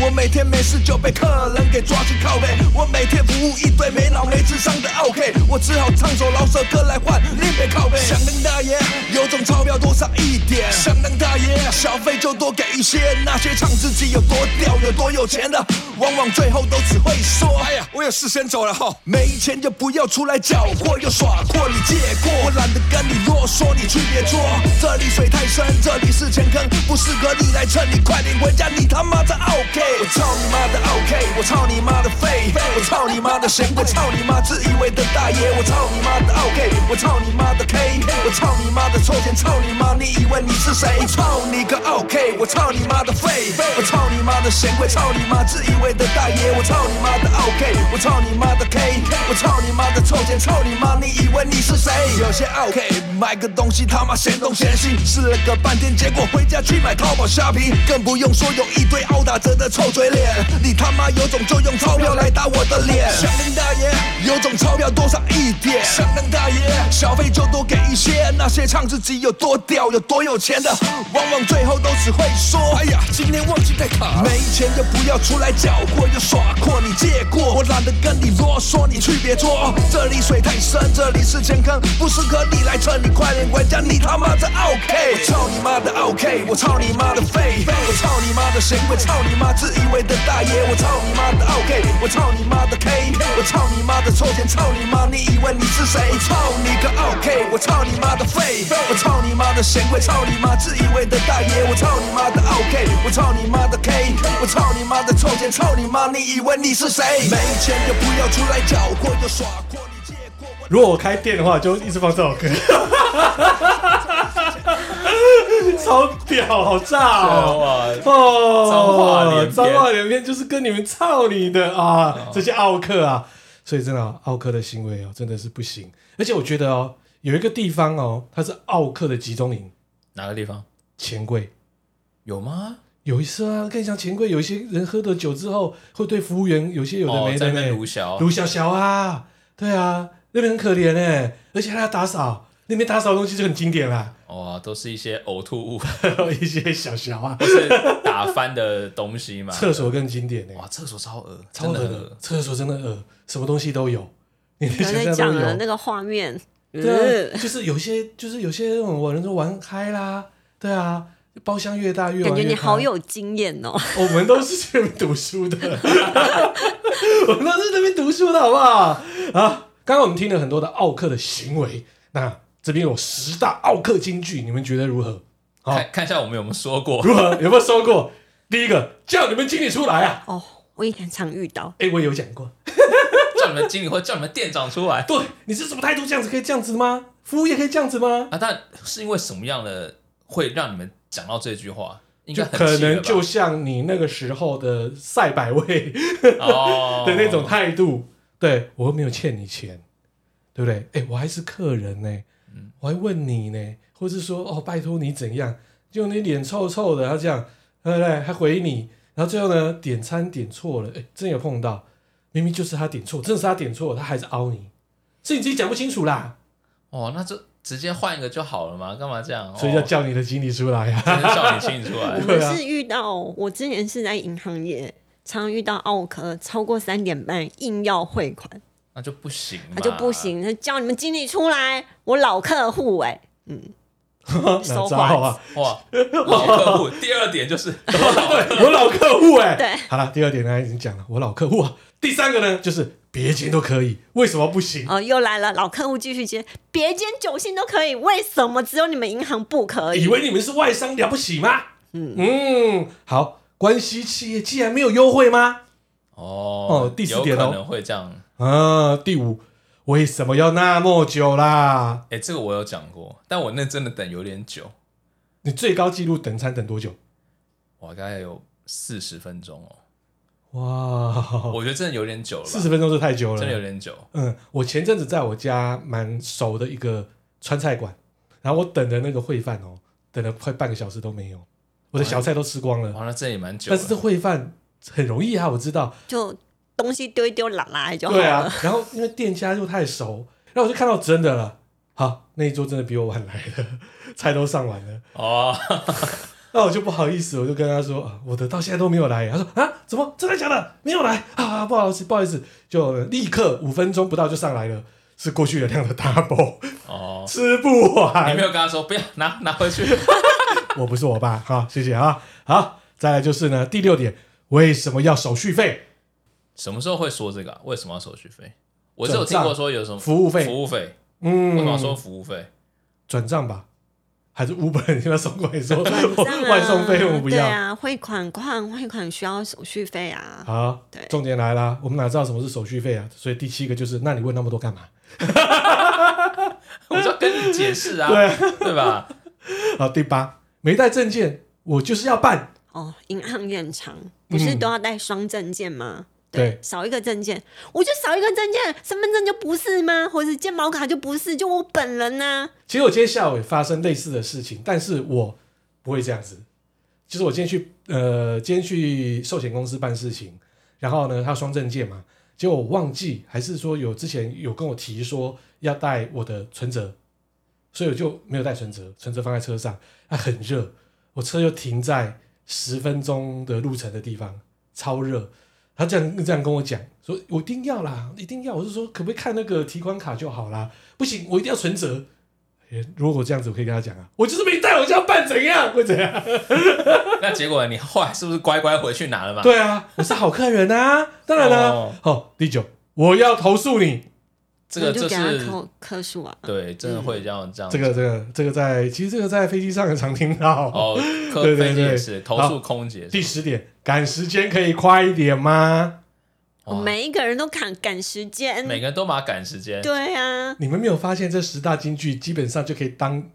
Speaker 5: 我每天没事就被客人给抓去拷贝，我每天服务一堆没脑没智商的 OK，我只好唱首老舍歌来换另被拷贝。想当大爷，有种钞票多上一点；想当大爷，小费就多给一些。那些唱自己有多屌、有多有钱的，往往最后都只会说：“哎呀，我有事先走了哈。”没钱就不要出来搅和，又耍阔，你借过，我懒得跟你啰嗦，你去别做。这里水太深，这里是钱坑，不适合你来蹭，你快点回家，你他妈的 OK。我操你妈的 OK，我操你妈的废，我操你妈的神棍，操你妈自以为的大爷，我操你妈的 OK，我操你妈的 K，我操你妈的臭钱，操你妈，你以为你是谁？我操你个 OK，我操你妈的废，我操你妈的神棍，操你妈自以为的大爷，我操你妈的 OK，我操你妈的 K，我操你妈的臭钱，操你妈，你以为你是谁？有些 OK，买个东西他妈嫌东嫌西，试了个半天，结果回家去买淘宝虾皮，更不用说有一堆殴打着的臭嘴脸，你他妈有种就用钞票来打我的脸，想当大爷，有种钞票多上一点，想当大爷，小费就多给一些，那些唱自己有多屌、有多有钱的，往往最后都只会说，哎呀，今天忘记带卡了，没钱就不要出来搅和，又耍阔，你借过，我懒得跟你啰嗦，你去别做，这里水太深，这里是钱坑，不适合你来蹭，你快点回家，你他妈的 OK，我操你妈的 OK，我操你妈的废，我操你妈的神棍，操你妈自以为的大爷，我操你妈的 OK，我操你妈的 K，我操你妈的臭钱，操你妈，你以为你是谁？我操你个 OK，我操你妈的废，我操你妈的神棍，操你妈自以为的大爷，我操你妈的 OK，我操你妈的 K，我操你妈的臭钱，操你妈，你以为你是谁？没钱就不要出来搅和，又耍阔，你借过我。
Speaker 1: 如果我开店的话，就一直放这首 歌，超屌，好炸哦！
Speaker 2: 哇，
Speaker 1: 哦，
Speaker 2: 啊脏话连篇哦
Speaker 1: 脏话连篇就是跟你们操你的啊，这些奥克啊，所以真的哦奥克的行为哦，真的是不行。而且我觉得哦，有一个地方哦，它是奥克的集中营，
Speaker 2: 哪个地方
Speaker 1: 钱柜。
Speaker 2: 有吗？
Speaker 1: 有一次啊，跟你讲，钱柜有一些人喝了酒之后，会对服务员有些有的
Speaker 2: 哦
Speaker 1: 没，的
Speaker 2: 在
Speaker 1: 呢、
Speaker 2: 那卢晓，
Speaker 1: 卢小小啊，对啊，那边很可怜哎、而且还要打扫，那边打扫的东西就很经典啦，
Speaker 2: 哇，都是一些呕吐物，
Speaker 1: 一些小小 啊，
Speaker 2: 是打翻的东西嘛？
Speaker 1: 厕所更经典哎、
Speaker 2: 哇，厕所超恶，
Speaker 1: 超恶
Speaker 2: 真
Speaker 1: 的
Speaker 2: 恶，
Speaker 1: 厕所真的恶，什么东西都有，你的
Speaker 3: 不要再
Speaker 1: 想
Speaker 3: 讲
Speaker 1: 象都
Speaker 3: 了，
Speaker 1: 有
Speaker 3: 那。个画面，
Speaker 1: 对
Speaker 3: 嗯
Speaker 1: 啊，就是有些，就是有些那种玩人说玩嗨啦，对啊，包厢越大越玩
Speaker 3: 感觉
Speaker 1: 越
Speaker 3: 你
Speaker 1: 嗨
Speaker 3: 好有经验哦。
Speaker 1: 我们都是去那边读书的，我们都是那边读书的好不好？啊，刚刚我们听了很多的奥克的行为，那这边有十大奥克金句，你们觉得如何？ 好，
Speaker 2: 看看一下我们有没有说过
Speaker 1: 如何？有没有说过？第一个叫你们经理出来啊！
Speaker 3: 哦，我以前常遇到，
Speaker 1: 哎、我有讲过，
Speaker 2: 叫你们经理或叫你们店长出来
Speaker 1: 对，你是什么态度？这样子可以这样子吗？服务业可以这样子吗？
Speaker 2: 啊？但是因为什么样的会让你们讲到这句话？应该
Speaker 1: 就
Speaker 2: 很
Speaker 1: 可
Speaker 2: 气了
Speaker 1: 能
Speaker 2: 吧
Speaker 1: 就像你那个时候的赛百味
Speaker 2: 哦
Speaker 1: 的那种态度，对我又没有欠你钱，对不对？哎、我还是客人呢、我还问你呢，或是说哦，拜托你怎样，就你脸臭臭的，他这样，对不对？还回你，然后最后呢，点餐点错了，哎、真有碰到，明明就是他点错，真的是他点错，他还是凹你，是你自己讲不清楚啦，
Speaker 2: 哦，那就直接换一个就好了嘛，干嘛这样？
Speaker 1: 所以要
Speaker 2: 哦
Speaker 1: 叫你的经理出来 啊。
Speaker 2: 真的叫你清理出
Speaker 3: 我
Speaker 2: 来。
Speaker 3: 们
Speaker 1: 对啊
Speaker 3: 是遇到，我之前是在银行业，常遇到奥克超过三点半硬要汇款，
Speaker 2: 那就不行，
Speaker 3: 他就不。行，他叫你们经理出来，我老客户哎、
Speaker 1: 哪招啊？
Speaker 2: 哇，老客户。第二 点就是，
Speaker 1: 对，我老客户哎、
Speaker 3: 对
Speaker 1: 好了，第二点呢已经讲了，我老客户啊。第三个呢就是别间都可以，为什么不行？
Speaker 3: 哦，又来了，老客户继续接，别间酒星都可以，为什么只有你们银行不可以？
Speaker 1: 以为你们是外商了不起吗？嗯好，关系企业既然没有优惠吗？
Speaker 2: 哦
Speaker 1: 哦第四点哦
Speaker 2: 有可能会这样。
Speaker 1: 啊，第五，为什么要那么久啦？
Speaker 2: 哎，这个我有讲过，但我那真的等有点久，
Speaker 1: 你最高纪录等餐等多久？
Speaker 2: 哇，大概有四十分钟哦。
Speaker 1: 哇，
Speaker 2: 我觉得真的有点久了吧，
Speaker 1: 四十分钟是太久了，
Speaker 2: 真的有点久。
Speaker 1: 嗯，我前阵子在我家蛮熟的一个川菜馆，然后我等的那个烩饭哦，等了快半个小时都没有，我的小菜都吃光了，
Speaker 2: 哇，那真的也蛮久了。
Speaker 1: 但
Speaker 2: 啊
Speaker 1: 是这烩饭很容易啊，我知道，
Speaker 3: 就东西丢一丢，拉拉就好
Speaker 1: 对啊
Speaker 3: 了。，
Speaker 1: 然后因为店家又太熟，然后我就看到真的了，好，那一桌真的比我晚来了，菜都上完了，
Speaker 2: 哦，
Speaker 1: 那我就不好意思，我就跟他说啊，我的到现在都没有来。他说啊，怎么真的假的没有来啊？不好意思，不好意思，就立刻五分钟不到就上来了，是过去的量的 double，
Speaker 2: 哦，
Speaker 1: 吃不
Speaker 2: 你没
Speaker 1: 完。
Speaker 2: 有跟他说不要 拿拿 回去，
Speaker 1: 我不是我爸，好，谢谢啊。好，再来就是呢，第六点，为什么要手续费？
Speaker 2: 什么时候会说这个啊、为什么要手续费？我
Speaker 1: 转
Speaker 2: 是有听过
Speaker 1: 账
Speaker 2: 说有什么
Speaker 1: 服务费
Speaker 2: 服务费为什么要
Speaker 1: 嗯，
Speaker 2: 说服务费？
Speaker 1: 转账吧，还是 Uber 要送过来说
Speaker 3: 这样啊
Speaker 1: 外送费我不
Speaker 3: 对
Speaker 1: 要。
Speaker 3: 啊，汇款款汇款需要手续费啊。
Speaker 1: 好
Speaker 3: 对，
Speaker 1: 重点来啦，我们哪知道什么是手续费啊？所以第七个就是，那你问那么多干嘛？
Speaker 2: 我就跟你解释 啊，对吧？
Speaker 1: 好，第八，没带证件，我就是要办。
Speaker 3: 哦，银行院长不是都要带双证件吗？
Speaker 1: 嗯对
Speaker 3: 少一个证件，我就少一个证件，身份证就不是吗？或者是健保卡就不是，就我本人呐、
Speaker 1: 其实我今天下午也发生类似的事情，但是我不会这样子。就是我今天去呃，今天去寿险公司办事情，然后呢，他双证件嘛，结果我忘记，还是说有之前有跟我提说要带我的存折，所以我就没有带存折，存折放在车上，它很热，我车又停在十分钟的路程的地方，超热。他这样这样跟我讲，说我一定要啦，一定要。我是说，可不可以看那个提款卡就好啦？不行，我一定要存折。诶如果这样子，我可以跟他讲啊，我就是没带，我就要办怎样，会怎样？
Speaker 2: 那结果你后来是不是乖乖回去拿了嘛？
Speaker 1: 对啊，我是好客人啊，当然啦、
Speaker 2: 哦
Speaker 1: 好，第九，我要投诉你，
Speaker 2: 这个
Speaker 3: 那就
Speaker 2: 就
Speaker 3: 给他
Speaker 2: 是
Speaker 3: 扣科数啊。
Speaker 2: 对，真的会这样这样。
Speaker 1: 这个这个这个在其实这个在飞机上很常听到。
Speaker 2: 哦， 科
Speaker 1: 对对
Speaker 2: 飞机也
Speaker 1: 对
Speaker 2: 是投
Speaker 1: 好
Speaker 2: 诉空姐是吧，
Speaker 1: 第十点，赶时间可以快一点吗？哦
Speaker 3: 我
Speaker 2: 哇
Speaker 3: 每一个人都赶赶时间，
Speaker 2: 每个人都马赶时间，
Speaker 3: 对啊，
Speaker 1: 你们没有发现这十大金句基本上就可以当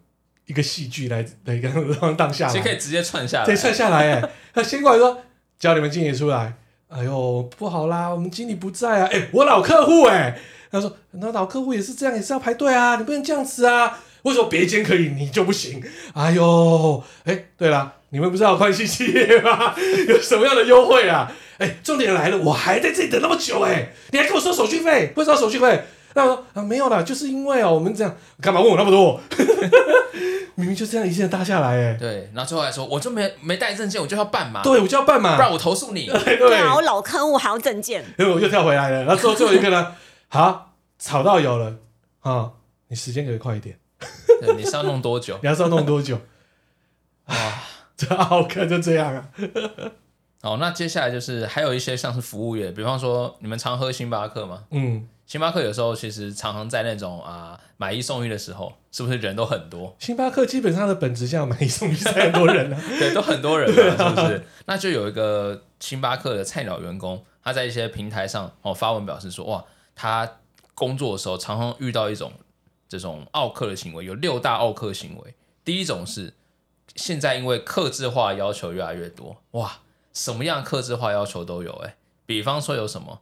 Speaker 1: 一个戏剧来来跟让当下
Speaker 2: 其实可以
Speaker 1: 来，
Speaker 2: 直接 串下来。
Speaker 1: 可以算下来哎、那先过来说叫你们经理出来，哎呦不好啦，我们经理不在啊，哎、我老客户哎、他说那老客户也是这样，也是要排队啊，你不能这样子啊，为什么别间可以你就不行？哎呦，哎、对啦，你们不是还有关系企业吗？ 有什么样的优惠啊？哎、重点来了，我还在这里等那么久、哎，你还跟我说手续费，不知道手续费？那我说啊，没有啦，就是因为哦、我们这样，干嘛问我那么多？ 明明就这样一件搭下来、哎，
Speaker 2: 对，然后最后还说我就没没带证件，我就要办嘛，
Speaker 1: 对，我就要办嘛，
Speaker 2: 不然我投诉 你。
Speaker 1: 对
Speaker 3: 对啊，我老客户还要证件，
Speaker 1: 因为我又跳回来了。然后最后最后一个呢， 好，吵到有了啊、你时间可以快一点，
Speaker 2: 对你是要弄 多久？
Speaker 1: 你要知道弄多久？哦
Speaker 2: 哇！
Speaker 1: 这好看就这样啊，
Speaker 2: 哦，那接下来就是还有一些像是服务业，比方说你们常喝星巴克吗？
Speaker 1: 嗯，
Speaker 2: 星巴克有时候其实常常在那种啊、买一送一的时候，是不是人都很多？
Speaker 1: 星巴克基本上的本质像买一送一，才很多人啊。
Speaker 2: 对，都很多人嘛，是不是？那就有一个星巴克的菜鸟员工，他在一些平台上哦发文表示说，哇，他工作的时候常常遇到一种这种奥克的行为，有六大奥克行为。第一种是现在因为克制化要求越来越多，哇，什么样克制化要求都有、欸，哎，比方说有什么，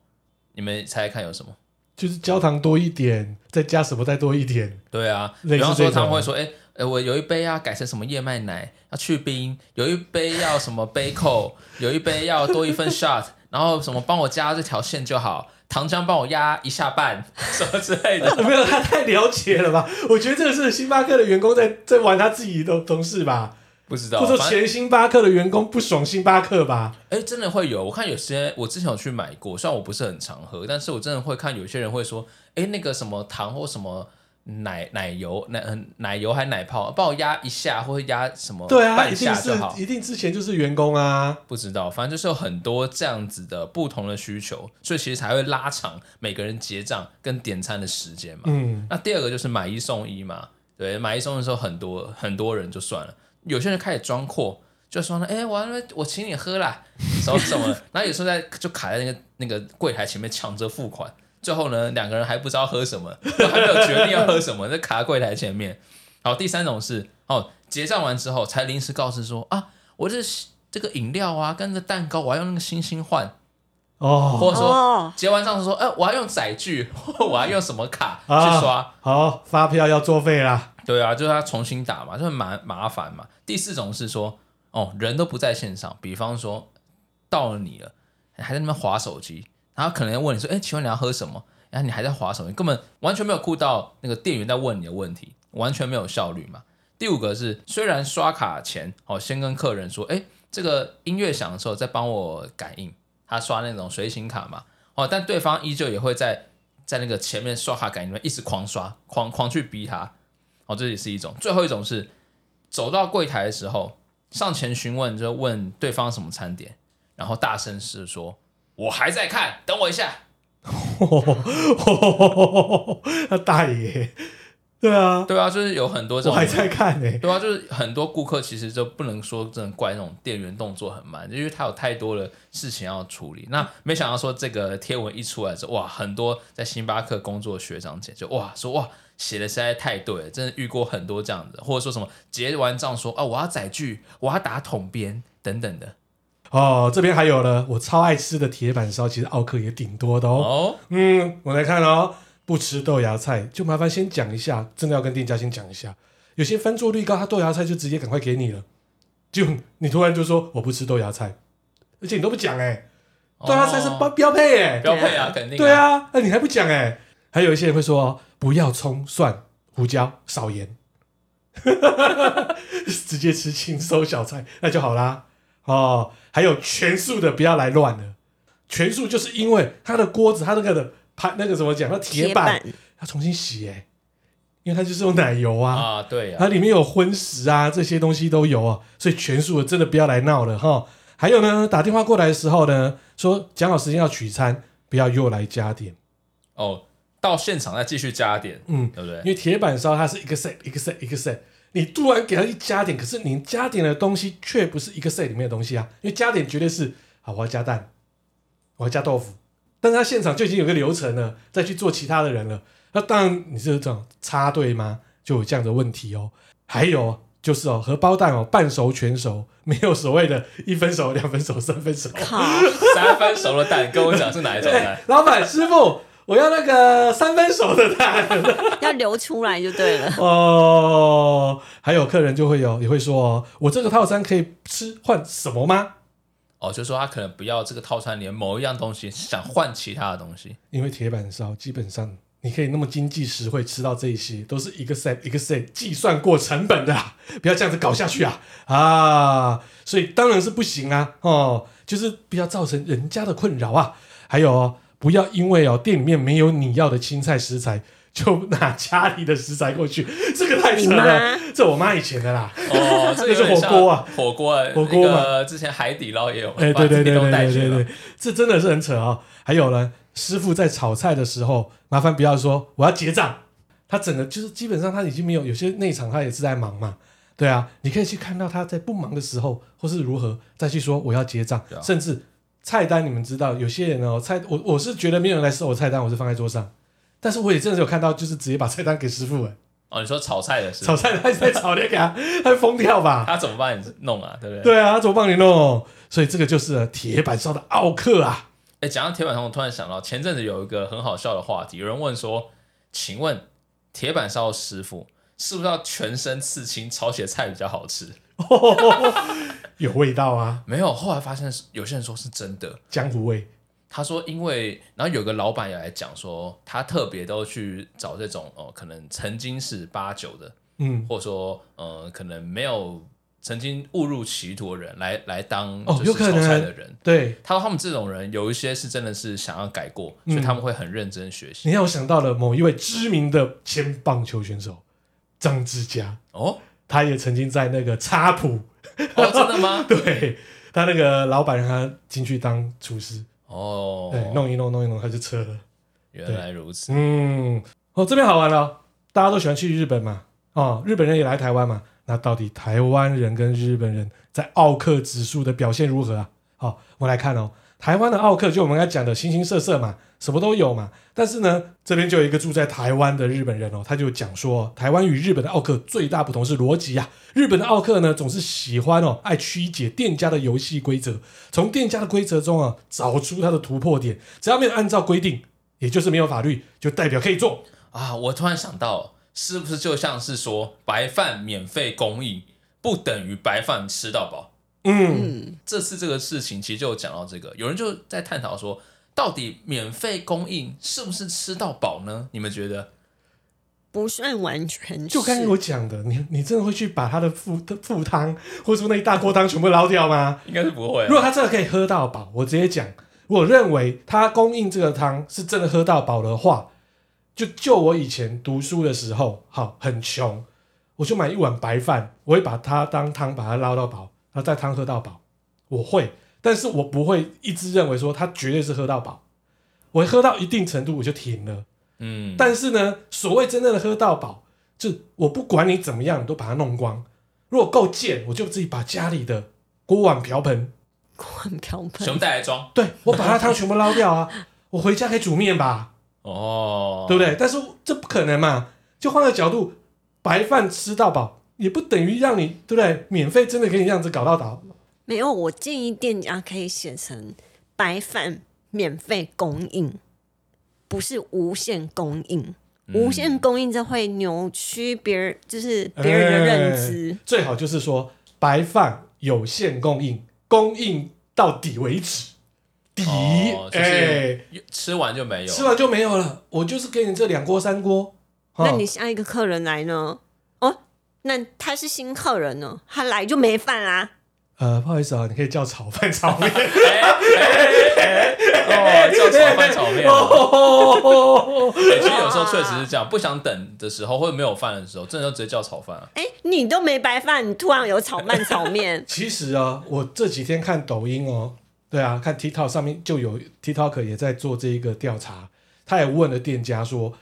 Speaker 2: 你们猜猜看有什么？
Speaker 1: 就是焦糖多一点，再加什么再多一点，
Speaker 2: 对啊，
Speaker 1: 类似
Speaker 2: 比方
Speaker 1: 这
Speaker 2: 说
Speaker 1: 种
Speaker 2: 他们会说，哎、呃，我有一杯啊，改成什么燕麦奶，要去冰；有一杯要什么杯扣， 有一杯要多一份 shot，然后什么帮我加这条线就好，糖浆帮我压一下半， 什么之 类的。
Speaker 1: 没有他太了解了吧？我觉得这个是星巴克的员工在在玩他自己的同事吧，
Speaker 2: 不知道，
Speaker 1: 或者说
Speaker 2: 反正
Speaker 1: 前星巴克的员工不爽星巴克吧？
Speaker 2: 哎、真的会有。我看有些我之前有去买过，虽然我不是很常喝，但是我真的会看有些人会说，哎、那个什么糖或什么。奶奶油奶呃奶油还奶泡，帮我压一下，或者压什么
Speaker 1: 对啊，
Speaker 2: 半
Speaker 1: 一定
Speaker 2: 哦下
Speaker 1: 是
Speaker 2: 就好。
Speaker 1: 一定之前就是员工啊，
Speaker 2: 不知道，反正就是有很多这样子的不同的需求，所以其实才会拉长每个人结账跟点餐的时间嘛。
Speaker 1: 嗯，
Speaker 2: 那第二个就是买一送一嘛，对，买一送一的时候很多很多人就算了，有些人开始装阔，就说呢，哎、我我我请你喝啦， 什么什么的，然后有时候在就卡在那个那个柜台前面抢着付款，最后呢两个人还不知道喝什么，都还没有决定要喝什么，就卡在柜台前面。好，第三种是哦，结账完之后才临时告知说啊，我这这个饮料啊跟这蛋糕我要用那个星星换，
Speaker 1: 哦，
Speaker 2: 或者说
Speaker 3: 哦
Speaker 2: 结完账是说，哎、我要用载具，或我要用什么卡
Speaker 1: 啊
Speaker 2: 去刷。
Speaker 1: 好，发票要作废啦。
Speaker 2: 对啊，就是要重新打嘛，就很麻麻烦嘛。第四种是说，哦，人都不在线上，比方说到了你了，还在那边划手机，然后可能问你说，哎，请问你要喝什么？然后你还在划手机，根本完全没有顾到那个店员在问你的问题，完全没有效率嘛。第五个是，虽然刷卡前哦，先跟客人说，哎，这个音乐响的时候再帮我感应，他刷那种随行卡嘛，哦，但对方依旧也会在在那个前面刷卡感应里面一直狂刷，狂狂去逼他，哦，这也是一种。最后一种是走到柜台的时候，上前询问，就问对方什么餐点，然后大声是说：“我还在看，等我一下。
Speaker 1: 那大爷，对啊”，
Speaker 2: 对啊，就是有很多这
Speaker 1: 我还。
Speaker 2: 种
Speaker 1: 在看呢、
Speaker 2: 对啊，就是很多顾客其实就不能说真的怪那种店员动作很慢，因为他有太多的事情要处理。那没想到说这个贴文一出来之后，哇，很多在星巴克工作的学长姐就哇说哇写的实在太对了，真的遇过很多这样子，或者说什么结完账说啊我要载具，我要打桶边等等的
Speaker 1: 哦，这边还有呢，我超爱吃的铁板烧，其实奥克也挺多的哦。
Speaker 2: 哦。
Speaker 1: 嗯，我来看哦，不吃豆芽菜，就麻烦先讲一下，真的要跟店家先讲一下。有些翻桌率高，他豆芽菜就直接赶快给你了，就你突然就说我不吃豆芽菜，而且你都不讲哎、豆芽菜是标标配哎、
Speaker 2: 哦标配啊，肯定
Speaker 1: 对，啊，那、你还不讲哎、还有一些人会说哦不要葱蒜胡椒少盐， 直接吃清收小菜那就好啦。哦，还有全素的不要来乱了，全素就是因为它的锅子它那个的盘那个怎么讲，那铁板要重新洗哎、因为它就是用奶油啊。
Speaker 2: 啊， 对啊，
Speaker 1: 它里面有荤食啊，这些东西都有啊，所以全素的真的不要来闹了哈。还有呢，打电话过来的时候呢，说讲好时间要取餐，不要又来加点，
Speaker 2: 哦，到现场再继续加点，
Speaker 1: 嗯，
Speaker 2: 对不
Speaker 1: 因为
Speaker 2: 对？
Speaker 1: 铁板烧它是一个 set 一个 set 一个 set，你突然给它一加点，可是你加点的东西却不是一个 set 里面的东西啊，因为加点绝对是好，我要加蛋，我要加豆腐，但是他现场就已经有个流程了，再去做其他的人了，那当然你是这种插队吗？就有这样的问题哦。还有就是哦，荷包蛋哦，半熟全熟，没有所谓的一分熟、两分熟、三分熟。
Speaker 3: 靠，
Speaker 2: 三分熟的蛋，跟我讲是哪一种蛋
Speaker 1: 哎？老板师傅，我要那个三分熟的蛋。。
Speaker 3: 要流出来就对了
Speaker 1: 哦，还有客人就会有也会说、哦，我这个套餐可以吃换什么吗？
Speaker 2: 哦，就说他可能不要这个套餐里面某一样东西，想换其他的东西。
Speaker 1: 因为铁板烧基本上你可以那么经济实惠吃到这一些，都是一个 set 一个 set 计算过成本的、啊，不要这样子搞下去啊啊！所以当然是不行啊哦，就是不要造成人家的困扰啊。还有、哦、不要因为哦店里面没有你要的青菜食材。就拿家里的食材过去，这个太扯了
Speaker 3: 你。
Speaker 1: 这我妈以前的啦，
Speaker 2: 哦，这个
Speaker 1: 那是
Speaker 2: 有点像
Speaker 1: 火锅啊，
Speaker 2: 火锅啊，
Speaker 1: 火锅嘛
Speaker 2: 那个之前海底捞也有，
Speaker 1: 哎、
Speaker 2: 把
Speaker 1: 对对
Speaker 2: 自己
Speaker 1: 对
Speaker 2: 都
Speaker 1: 对
Speaker 2: 带
Speaker 1: 对
Speaker 2: 去
Speaker 1: 对
Speaker 2: 了
Speaker 1: 对。，这真的是很扯哦。还有呢，师傅在炒菜的时候，麻烦不要说我要结账，他整个就是基本上他已经没有，有些内场他也是在忙嘛。对啊，你可以去看到他在不忙的时候，或是如何再去说我要结账，
Speaker 2: 对啊
Speaker 1: 甚至菜单你们知道，有些人哦菜我我是觉得没有人来收我菜单，我是放在桌上，但是我也真的有看到，就是直接把菜单给师傅了，
Speaker 2: 哦，你说炒菜的是
Speaker 1: 炒菜他在炒，你给他，他会疯掉吧？
Speaker 2: 他怎么帮你弄啊？对不对？
Speaker 1: 对啊，他怎么帮你弄？所以这个就是呃铁板烧的奥克啊。
Speaker 2: 哎，讲到铁板烧，我突然想到前阵子有一个很好笑的话题，有人问说：“请问铁板烧的师傅是不是要全身刺青炒起来菜比较好吃
Speaker 1: 有味道啊？”，
Speaker 2: 没有，后来发现是有些人说是真的。
Speaker 1: 江湖味。
Speaker 2: 他说，因为然后有个老板也来讲说，他特别都去找这种哦、呃可能曾经是八九的，
Speaker 1: 嗯，
Speaker 2: 或者说呃，可能没有曾经误入歧途的人来来当
Speaker 1: 哦
Speaker 2: 就是
Speaker 1: 有可
Speaker 2: 炒菜
Speaker 1: 能
Speaker 2: 的人。
Speaker 1: 对，
Speaker 2: 他说他们这种人有一些是真的是想要改过，所
Speaker 1: 嗯
Speaker 2: 以他们会很认真学习。
Speaker 1: 你让我想到了某一位知名的前棒球选手张志佳，
Speaker 2: 哦
Speaker 1: 他也曾经在那个插普，？
Speaker 2: 哦，真的吗
Speaker 1: 对他那个老板让他进去当厨师，对，
Speaker 2: 哦，
Speaker 1: 弄一弄弄一弄他就撤了。
Speaker 2: 原来如此。
Speaker 1: 嗯，哦，这边好玩了、哦，大家都喜欢去日本嘛，哦，日本人也来台湾嘛，那到底台湾人跟日本人在奥克指数的表现如何啊？好、我们来看哦，台湾的奥克就我们刚才讲的形形色色嘛，什么都有嘛。但是呢，这边就有一个住在台湾的日本人哦，他就讲说，台湾与日本的奥克最大不同是逻辑啊。日本的奥克呢，总是喜欢哦，爱曲解店家的游戏规则，从店家的规则中啊找出他的突破点。只要没有按照规定，也就是没有法律，就代表可以做。
Speaker 2: 啊，我突然想到，是不是就像是说白饭免费供应，不等于白饭吃到饱？
Speaker 1: 嗯，
Speaker 2: 这次这个事情其实就有讲到这个，有人就在探讨说，到底免费供应是不是吃到饱呢？你们觉得？
Speaker 3: 不算完全
Speaker 1: 就刚才
Speaker 3: 是
Speaker 1: 我讲的，你你真的会去把他的副副汤或者说那一大锅汤全部捞掉吗？
Speaker 2: 应该是不会、啊
Speaker 1: 如果他真的可以喝到饱，我直接讲，我认为他供应这个汤是真的喝到饱的话，就就我以前读书的时候，好很穷，我就买一碗白饭，我会把它当汤把它捞到饱，然后再汤喝到饱，我会，但是我不会一直认为说他绝对是喝到饱，我喝到一定程度我就停了。
Speaker 2: 嗯，
Speaker 1: 但是呢，所谓真正的喝到饱，就是我不管你怎么样，我都把它弄光。如果够贱，我就自己把家里的锅碗瓢盆
Speaker 3: 灌瓢
Speaker 2: 全部
Speaker 3: 盆，
Speaker 2: 带来装
Speaker 1: 对我把它汤全部捞掉啊， 我回家可以煮面吧，
Speaker 2: 哦，
Speaker 1: 对不对？但是这不可能嘛，就换个角度，白饭吃到饱也不等于让你对不对？免费真的可以这样子搞到饱，
Speaker 3: 没有。我建议店家可以写成白饭免费供应，不是无限供应。
Speaker 1: 嗯
Speaker 3: 无限供应这会扭曲别人，就是别人的认知
Speaker 1: 哎。最好就是说白饭有限供应，供应到底为止，底哎、
Speaker 2: 哦就是吃完就没有，
Speaker 1: 吃完就没有了，我就是给你这两锅三锅。哦
Speaker 3: 那你下一个客人来呢？哦，那他是新客人呢，他来就没饭啦、
Speaker 1: 呃，不好意思啊，你可以叫炒饭炒面。
Speaker 2: 哎
Speaker 1: 哎
Speaker 2: 哦， 叫炒饭炒 面。啊
Speaker 1: 哦，
Speaker 2: 对其实有时候确实是这样，不想等的时候或者没有饭的时候，真的就直接叫炒饭啊。
Speaker 3: 哎、你都没白饭，你突然有炒饭、炒面
Speaker 1: 其实啊，我这几天看抖音哦，对啊，看 TikTok 上面就有 TikTok 也在做这一个调查，他也问了店家说，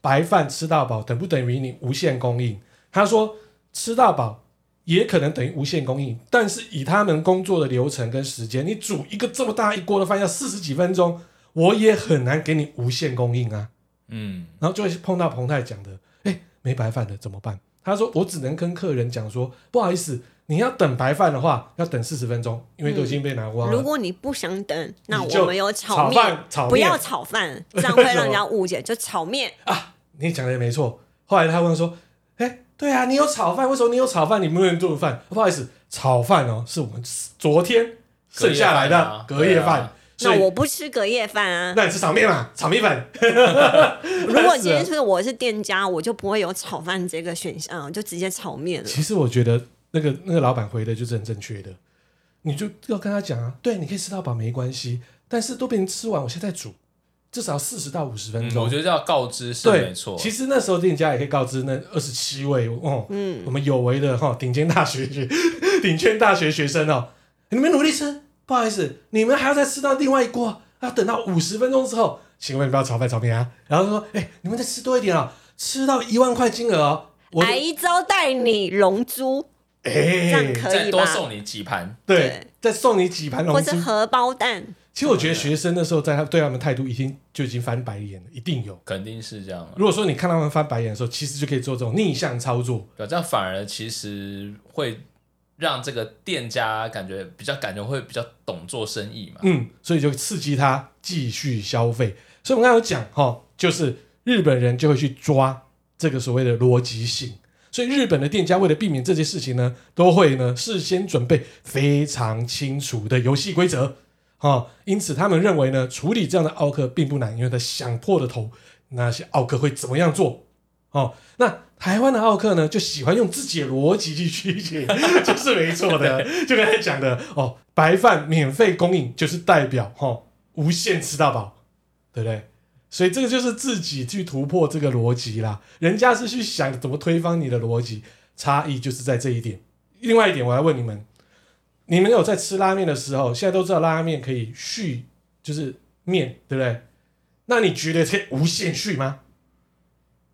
Speaker 1: 白饭吃到饱等不等于你无限供应？他说吃到饱也可能等于无限供应，但是以他们工作的流程跟时间，你煮一个这么大一锅的饭要四十几分钟，我也很难给你无限供应啊。
Speaker 2: 嗯，
Speaker 1: 然后就会碰到彭泰讲的，哎、没白饭了怎么办？他说我只能跟客人讲说，不好意思，你要等白饭的话，要等四十分钟，因为都已经被拿光了。
Speaker 3: 嗯如果你不想等，那
Speaker 1: 你就
Speaker 3: 我们有炒
Speaker 1: 炒
Speaker 3: 面
Speaker 1: 饭炒面，
Speaker 3: 不要炒 饭，这样会让人家误解，就炒面。
Speaker 1: 啊你讲的也没错。后来他问说，哎、对啊，你有炒饭，为什么你有炒饭，你不能炖饭？不好意思，炒饭哦，是我们昨天剩下来的
Speaker 2: 隔
Speaker 1: 隔
Speaker 2: 夜
Speaker 1: 夜
Speaker 2: 饭
Speaker 1: 饭，
Speaker 2: 啊
Speaker 1: 所
Speaker 3: 那
Speaker 1: 以
Speaker 3: 我不吃隔夜饭啊！
Speaker 1: 那你吃炒面嘛，炒米粉。 啊
Speaker 3: 如果今天是我是店家，我就不会有炒饭这个选项，我就直接炒面了。
Speaker 1: 其实我觉得那个那个老板回的就是很正确的，你就要跟他讲啊，对，你可以吃到饱没关系，但是都被人吃完，我现在煮，至少四十到五十分
Speaker 2: 嗯
Speaker 1: 钟。
Speaker 2: 我觉得要告知是
Speaker 1: 对，
Speaker 2: 没错。
Speaker 1: 其实那时候店家也可以告知那二十七位哦，嗯，我们有为的哈、顶尖大学 学顶尖大学学生哦，你们努力吃，不好意思，你们还要再吃到另外一锅，要等到五十分钟之后，请问不要炒饭炒面啊。然后说，哎，你们再吃多一点哦，吃到一万块金额哦，我
Speaker 3: 阿姨招待你龙珠，
Speaker 1: 哎
Speaker 3: 哎这样可
Speaker 2: 再
Speaker 3: 以
Speaker 2: 多
Speaker 3: 吧？
Speaker 2: 送你几盘，
Speaker 1: 对
Speaker 3: 对，
Speaker 1: 再送你几盘
Speaker 3: 或
Speaker 1: 龙珠
Speaker 3: 是。荷包蛋，
Speaker 1: 其实我觉得学生那时候在他对他们态度已经就已经翻白眼了，一定有。
Speaker 2: 肯定是这样啊。
Speaker 1: 如果说你看他们翻白眼的时候，其实就可以做这种逆向操作。
Speaker 2: 对，这样反而其实会让这个店家感觉比较感觉会比较懂做生意嘛。
Speaker 1: 嗯，所以就刺激他继续消费。所以我们刚才有讲哈、哦，就是日本人就会去抓这个所谓的逻辑性。所以日本的店家为了避免这些事情呢，都会呢事先准备非常清楚的游戏规则哦。因此他们认为呢，处理这样的奥克并不难，因为他想破了头，那些奥克会怎么样做哦。那台湾的奥克呢，就喜欢用自己的逻辑去曲解，这是没错的。 就刚才讲的哦，白饭免费供应就是代表哦无限吃到饱，对不对？所以这个就是自己去突破这个逻辑啦。人家是去想怎么推翻你的逻辑，差异就是在这一点。另外一点，我要问你们：你们有在吃拉面的时候，现在都知道拉面可以续，就是面，对不对？那你觉得可以无限续吗？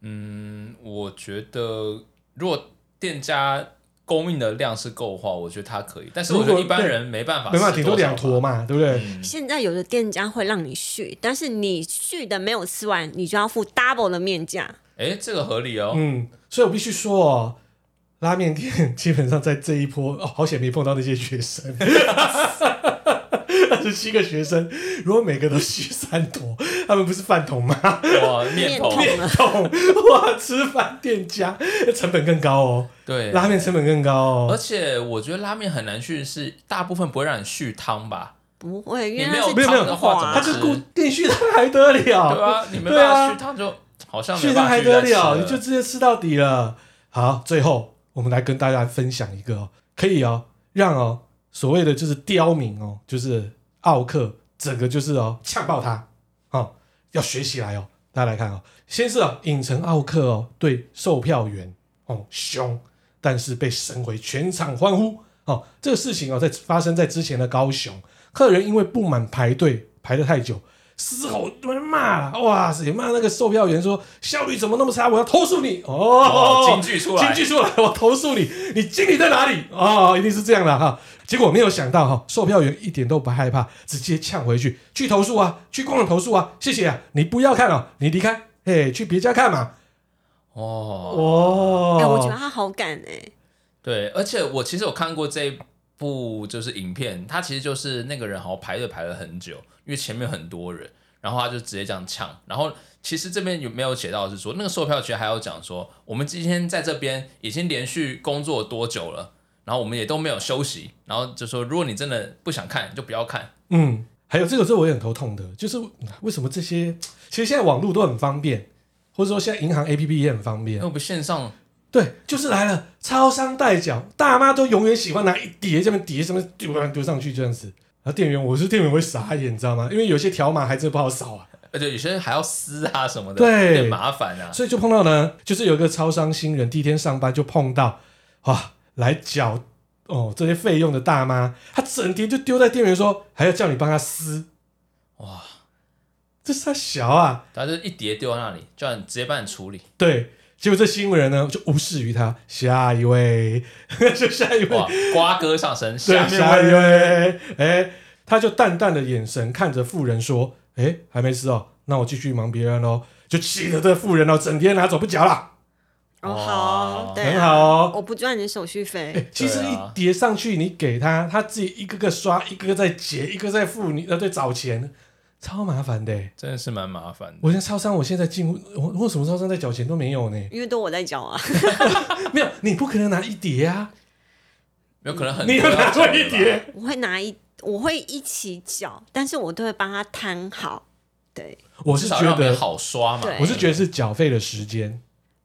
Speaker 2: 嗯，我觉得如果店家供应的量是够的话，我觉得它可以。但是
Speaker 1: 如
Speaker 2: 我
Speaker 1: 果
Speaker 2: 觉得一般
Speaker 1: 对
Speaker 2: 人没办法，
Speaker 1: 没办法，顶多两坨。嘛，对不对？
Speaker 3: 现在有的店家会让你续，但是你续的没有吃完，你就要付 double 的面价。
Speaker 2: 哎，这个合理哦。
Speaker 1: 嗯，所以我必须说哦，拉面店 基本上在这一波哦，好险没碰到那些学生， 二十七个学生，如果每个都吸三坨，他们不是饭桶吗？
Speaker 2: 哇，面头，
Speaker 3: 面头
Speaker 1: 桶哇，吃饭店家成本更高哦，
Speaker 2: 对，
Speaker 1: 拉面成本更高
Speaker 2: 而
Speaker 1: 哦。
Speaker 2: 且我觉得拉面很难去，是大部分不会让你续汤吧？
Speaker 3: 不会，因为
Speaker 2: 你没
Speaker 3: 它
Speaker 2: 有
Speaker 3: 是
Speaker 1: 没有没有
Speaker 3: 精华
Speaker 2: 它
Speaker 1: 他就顾电续他还得
Speaker 2: 对
Speaker 1: 了？
Speaker 2: 啊，你没
Speaker 1: 对啊
Speaker 2: 办法续汤就好像没
Speaker 1: 续他
Speaker 2: 办法
Speaker 1: 还
Speaker 2: 续再
Speaker 1: 得
Speaker 2: 吃
Speaker 1: 了？你就直接吃到底了。好，最后我们来跟大家分享一个、哦，可以哦，让哦所谓的就是刁民哦，就是奥克整个就是哦呛爆他哦，要学起来哦。大家来看哦，先是哦影城奥克哦对售票员哦凶，但是被省委全场欢呼哦。这个事情哦在发生在之前的高雄，客人因为不满排队排得太久，嘶吼他妈骂了，哇塞骂那个售票员说效率怎么那么差，我要投诉你哦
Speaker 2: 哦，京剧出来
Speaker 1: 京剧出来， 我投诉你，你经理在哪里？哦，一定是这样的哈。结果没有想到哈，售票员一点都不害怕，直接呛回去，去投诉啊，去工人投诉啊，谢谢啊，你不要看了、你离开，嘿，去别家看嘛。
Speaker 2: 哦，
Speaker 1: 哦，
Speaker 3: 哎、我觉得他好敢哎、
Speaker 2: 对，而且我其实有看过这一部就是影片，它其实就是那个人好像排队排了很久，因为前面很多人，然后他就直接这样呛。然后其实这边有没有写到的是说，那个售票其实还有讲说，我们今天在这边已经连续工作多久了，然后我们也都没有休息，然后就说如果你真的不想看，你就不要看。
Speaker 1: 嗯，还有这个是我也很头痛的，就是为什么这些，其实现在网络都很方便，或者说现在银行 APP 也很方便
Speaker 2: 因为，我们线上
Speaker 1: 对，就是来了，超商代缴，大妈都永远喜欢拿一叠这么叠什么丢上丢上去这样子。然后店员，我是店员我会傻眼，你知道吗？因为有些条码还真的不好扫啊，
Speaker 2: 而呃且有些人还要撕啊什么的，
Speaker 1: 对
Speaker 2: 有点麻烦啊。
Speaker 1: 所以就碰到呢，就是有一个超商新人第一天上班就碰到，哇，来缴哦这些费用的大妈，她整叠就丢在店员说，还要叫你帮她撕，
Speaker 2: 哇，
Speaker 1: 这是她小啊，
Speaker 2: 他就一叠丢在那里，叫你直接帮你处理。
Speaker 1: 对，结果这新闻人呢就无视于他，下一位， 就下一位
Speaker 2: 哇，，瓜哥上身，
Speaker 1: 对，
Speaker 2: 下面
Speaker 1: 下一位，哎，他就淡淡的眼神看着富人说，哎，还没吃哦，那我继续忙别人喽，就气得这富人哦，整天拿走不缴啦。
Speaker 3: 哦，
Speaker 2: 哇
Speaker 3: 好，对、啊，
Speaker 1: 很好哦
Speaker 3: 我不赚你手续 费，
Speaker 1: 其实
Speaker 2: 对
Speaker 1: 一
Speaker 2: 啊
Speaker 1: 叠上去，你给他，他自己一个个刷，一个个在结，一个在付你，呃，对，找钱，超麻烦的。
Speaker 2: 真的是蛮麻烦的。
Speaker 1: 我现在超商，我现在进，我我什么超商在缴钱都没有 呢？
Speaker 3: 因为都我在缴啊。
Speaker 1: 没有，你不可能拿一叠啊，
Speaker 2: 有可能很
Speaker 1: 你
Speaker 2: 多
Speaker 1: 有拿
Speaker 2: 要
Speaker 1: 过
Speaker 2: 讲
Speaker 1: 一
Speaker 2: 的吧
Speaker 1: 叠，
Speaker 3: 我会拿一，我会一起缴，但是我都会帮他摊好，对。
Speaker 1: 我是
Speaker 2: 啊至少
Speaker 1: 觉
Speaker 2: 让别
Speaker 1: 得
Speaker 2: 人好哎刷嘛
Speaker 3: 对。
Speaker 1: 我是觉得是缴费的时间，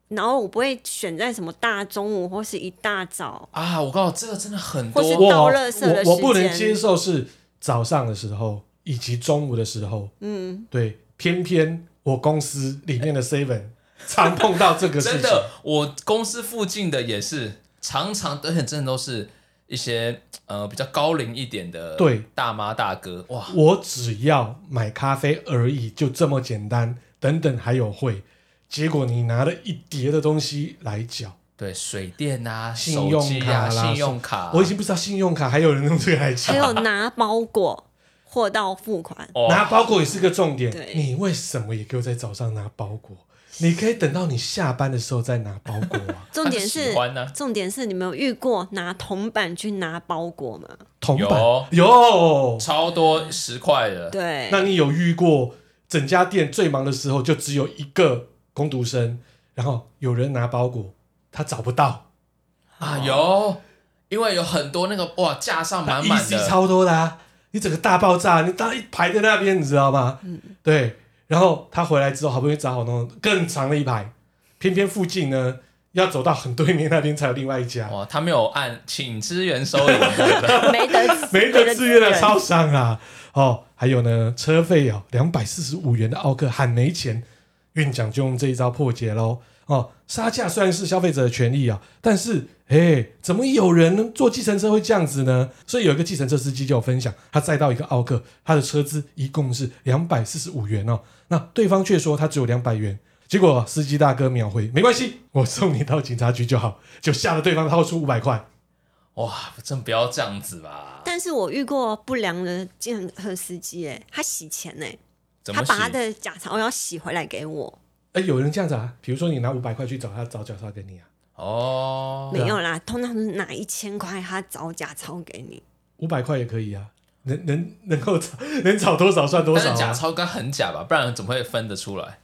Speaker 3: 然后我不会选在什么大中午或是一大早，
Speaker 2: 啊，我告诉你，这个真的很
Speaker 3: 或是
Speaker 2: 多
Speaker 3: 我
Speaker 1: 我
Speaker 3: 倒垃圾的
Speaker 1: 我我不
Speaker 3: 时
Speaker 1: 能
Speaker 3: 间
Speaker 1: 接受是早上的时候以及中午的时候，
Speaker 3: 嗯，
Speaker 1: 对，偏偏我公司里面的 seven 常碰到这个事
Speaker 2: 真
Speaker 1: 情，
Speaker 2: 的，我公司附近的也是常常，而且真的都是一些呃比较高龄一点的
Speaker 1: 对
Speaker 2: 大妈大哥哇，
Speaker 1: 我只要买咖啡而已，就这么简单，等等还有会，结果你拿了一叠的东西来缴。
Speaker 2: 对水电啊、
Speaker 1: 信
Speaker 2: 手
Speaker 1: 用
Speaker 2: 机
Speaker 1: 卡
Speaker 2: 啊、
Speaker 1: 啦，
Speaker 2: 信用卡哎啊，
Speaker 1: 我已经不知道信用卡还有人用这个来缴
Speaker 3: 还， 有拿包裹货到付款，
Speaker 2: 哦
Speaker 1: 拿包裹也是个重点
Speaker 3: 对。
Speaker 1: 你为什么也给我在早上拿包裹？你可以等到你下班的时候再拿包裹 啊。
Speaker 3: 重点是
Speaker 2: 喜欢啊
Speaker 3: 重点是你们有遇过拿铜板去拿包裹吗？
Speaker 1: 铜板
Speaker 2: 有
Speaker 1: 有，
Speaker 2: 超多十块的，
Speaker 3: 对，
Speaker 1: 那你有遇过整家店最忙的时候就只有一个工读生，然后有人拿包裹，他找不到，
Speaker 2: 啊，有，因为有很多那个哇，架上满
Speaker 1: 一
Speaker 2: 满
Speaker 1: C
Speaker 2: 的，
Speaker 1: 超多的、啊，你整个大爆炸，你大一排在那边，你知道吗？对。然后他回来之后，好不容易找好那种更长的一排，偏偏附近呢要走到很对面那边才有另外一家，
Speaker 2: 哇，他没有按请支援收银， 对不对
Speaker 3: 没得
Speaker 1: 没得自愿的
Speaker 3: 人
Speaker 1: 超商啊！哦，还有呢，车费哦，两百四十五元的奥克喊没钱，运奖就用这一招破解喽。哦，杀价虽然是消费者的权益啊，但是哎，怎么有人能坐计程车会这样子呢？所以有一个计程车司机就有分享，他载到一个奥克，他的车资一共是两百四十五元哦，那对方却说他只有两百元，结果司机大哥秒回，没关系，我送你到警察局就好，就吓得对方掏出五百块。
Speaker 2: 哇，真不要这样子吧？
Speaker 3: 但是我遇过不良的健和司机，哎，他洗钱哎、
Speaker 2: 怎
Speaker 3: 他
Speaker 2: 么
Speaker 3: 把他
Speaker 2: 洗？
Speaker 3: 的假钞要洗回来给我，
Speaker 1: 哎，有人这样子啊？比如说你拿五百块去找他找脚叉给你啊，
Speaker 2: 哦，
Speaker 3: 没有啦，通常是拿一千块，他找假钞给你。
Speaker 1: 五百块也可以啊，能能能够找能找多少算多
Speaker 2: 但
Speaker 1: 少、
Speaker 2: 是假
Speaker 1: 啊。
Speaker 2: 钞跟很假吧，不然怎么会分得出来？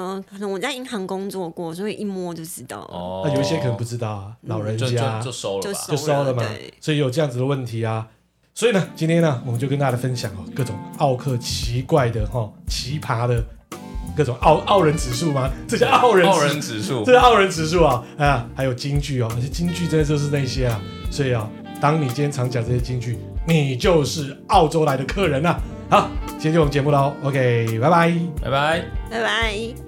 Speaker 3: 嗯、可能我在银行工作过，所以一摸就知道了。
Speaker 2: 哦，
Speaker 1: 那有一些可能不知道啊，老人
Speaker 2: 就
Speaker 1: 家
Speaker 2: 就就收了吧。
Speaker 1: 就
Speaker 3: 就
Speaker 1: 烧了嘛
Speaker 3: 对，
Speaker 1: 所以有这样子的问题啊。所以呢，今天呢，我们就跟大家分享哦，各种奥克奇怪的哈、哦、奇葩的各种傲傲人指数吗？这叫傲人指
Speaker 2: 傲人指数
Speaker 1: 这，是傲人指数啊啊，还有京剧哦，而且京剧真的就是那些啊，所以啊，当你今天常讲这些京剧，你就是澳洲来的客人啊。好，今天就我们节目喽，OK，拜拜。
Speaker 2: 拜拜。
Speaker 3: 拜拜。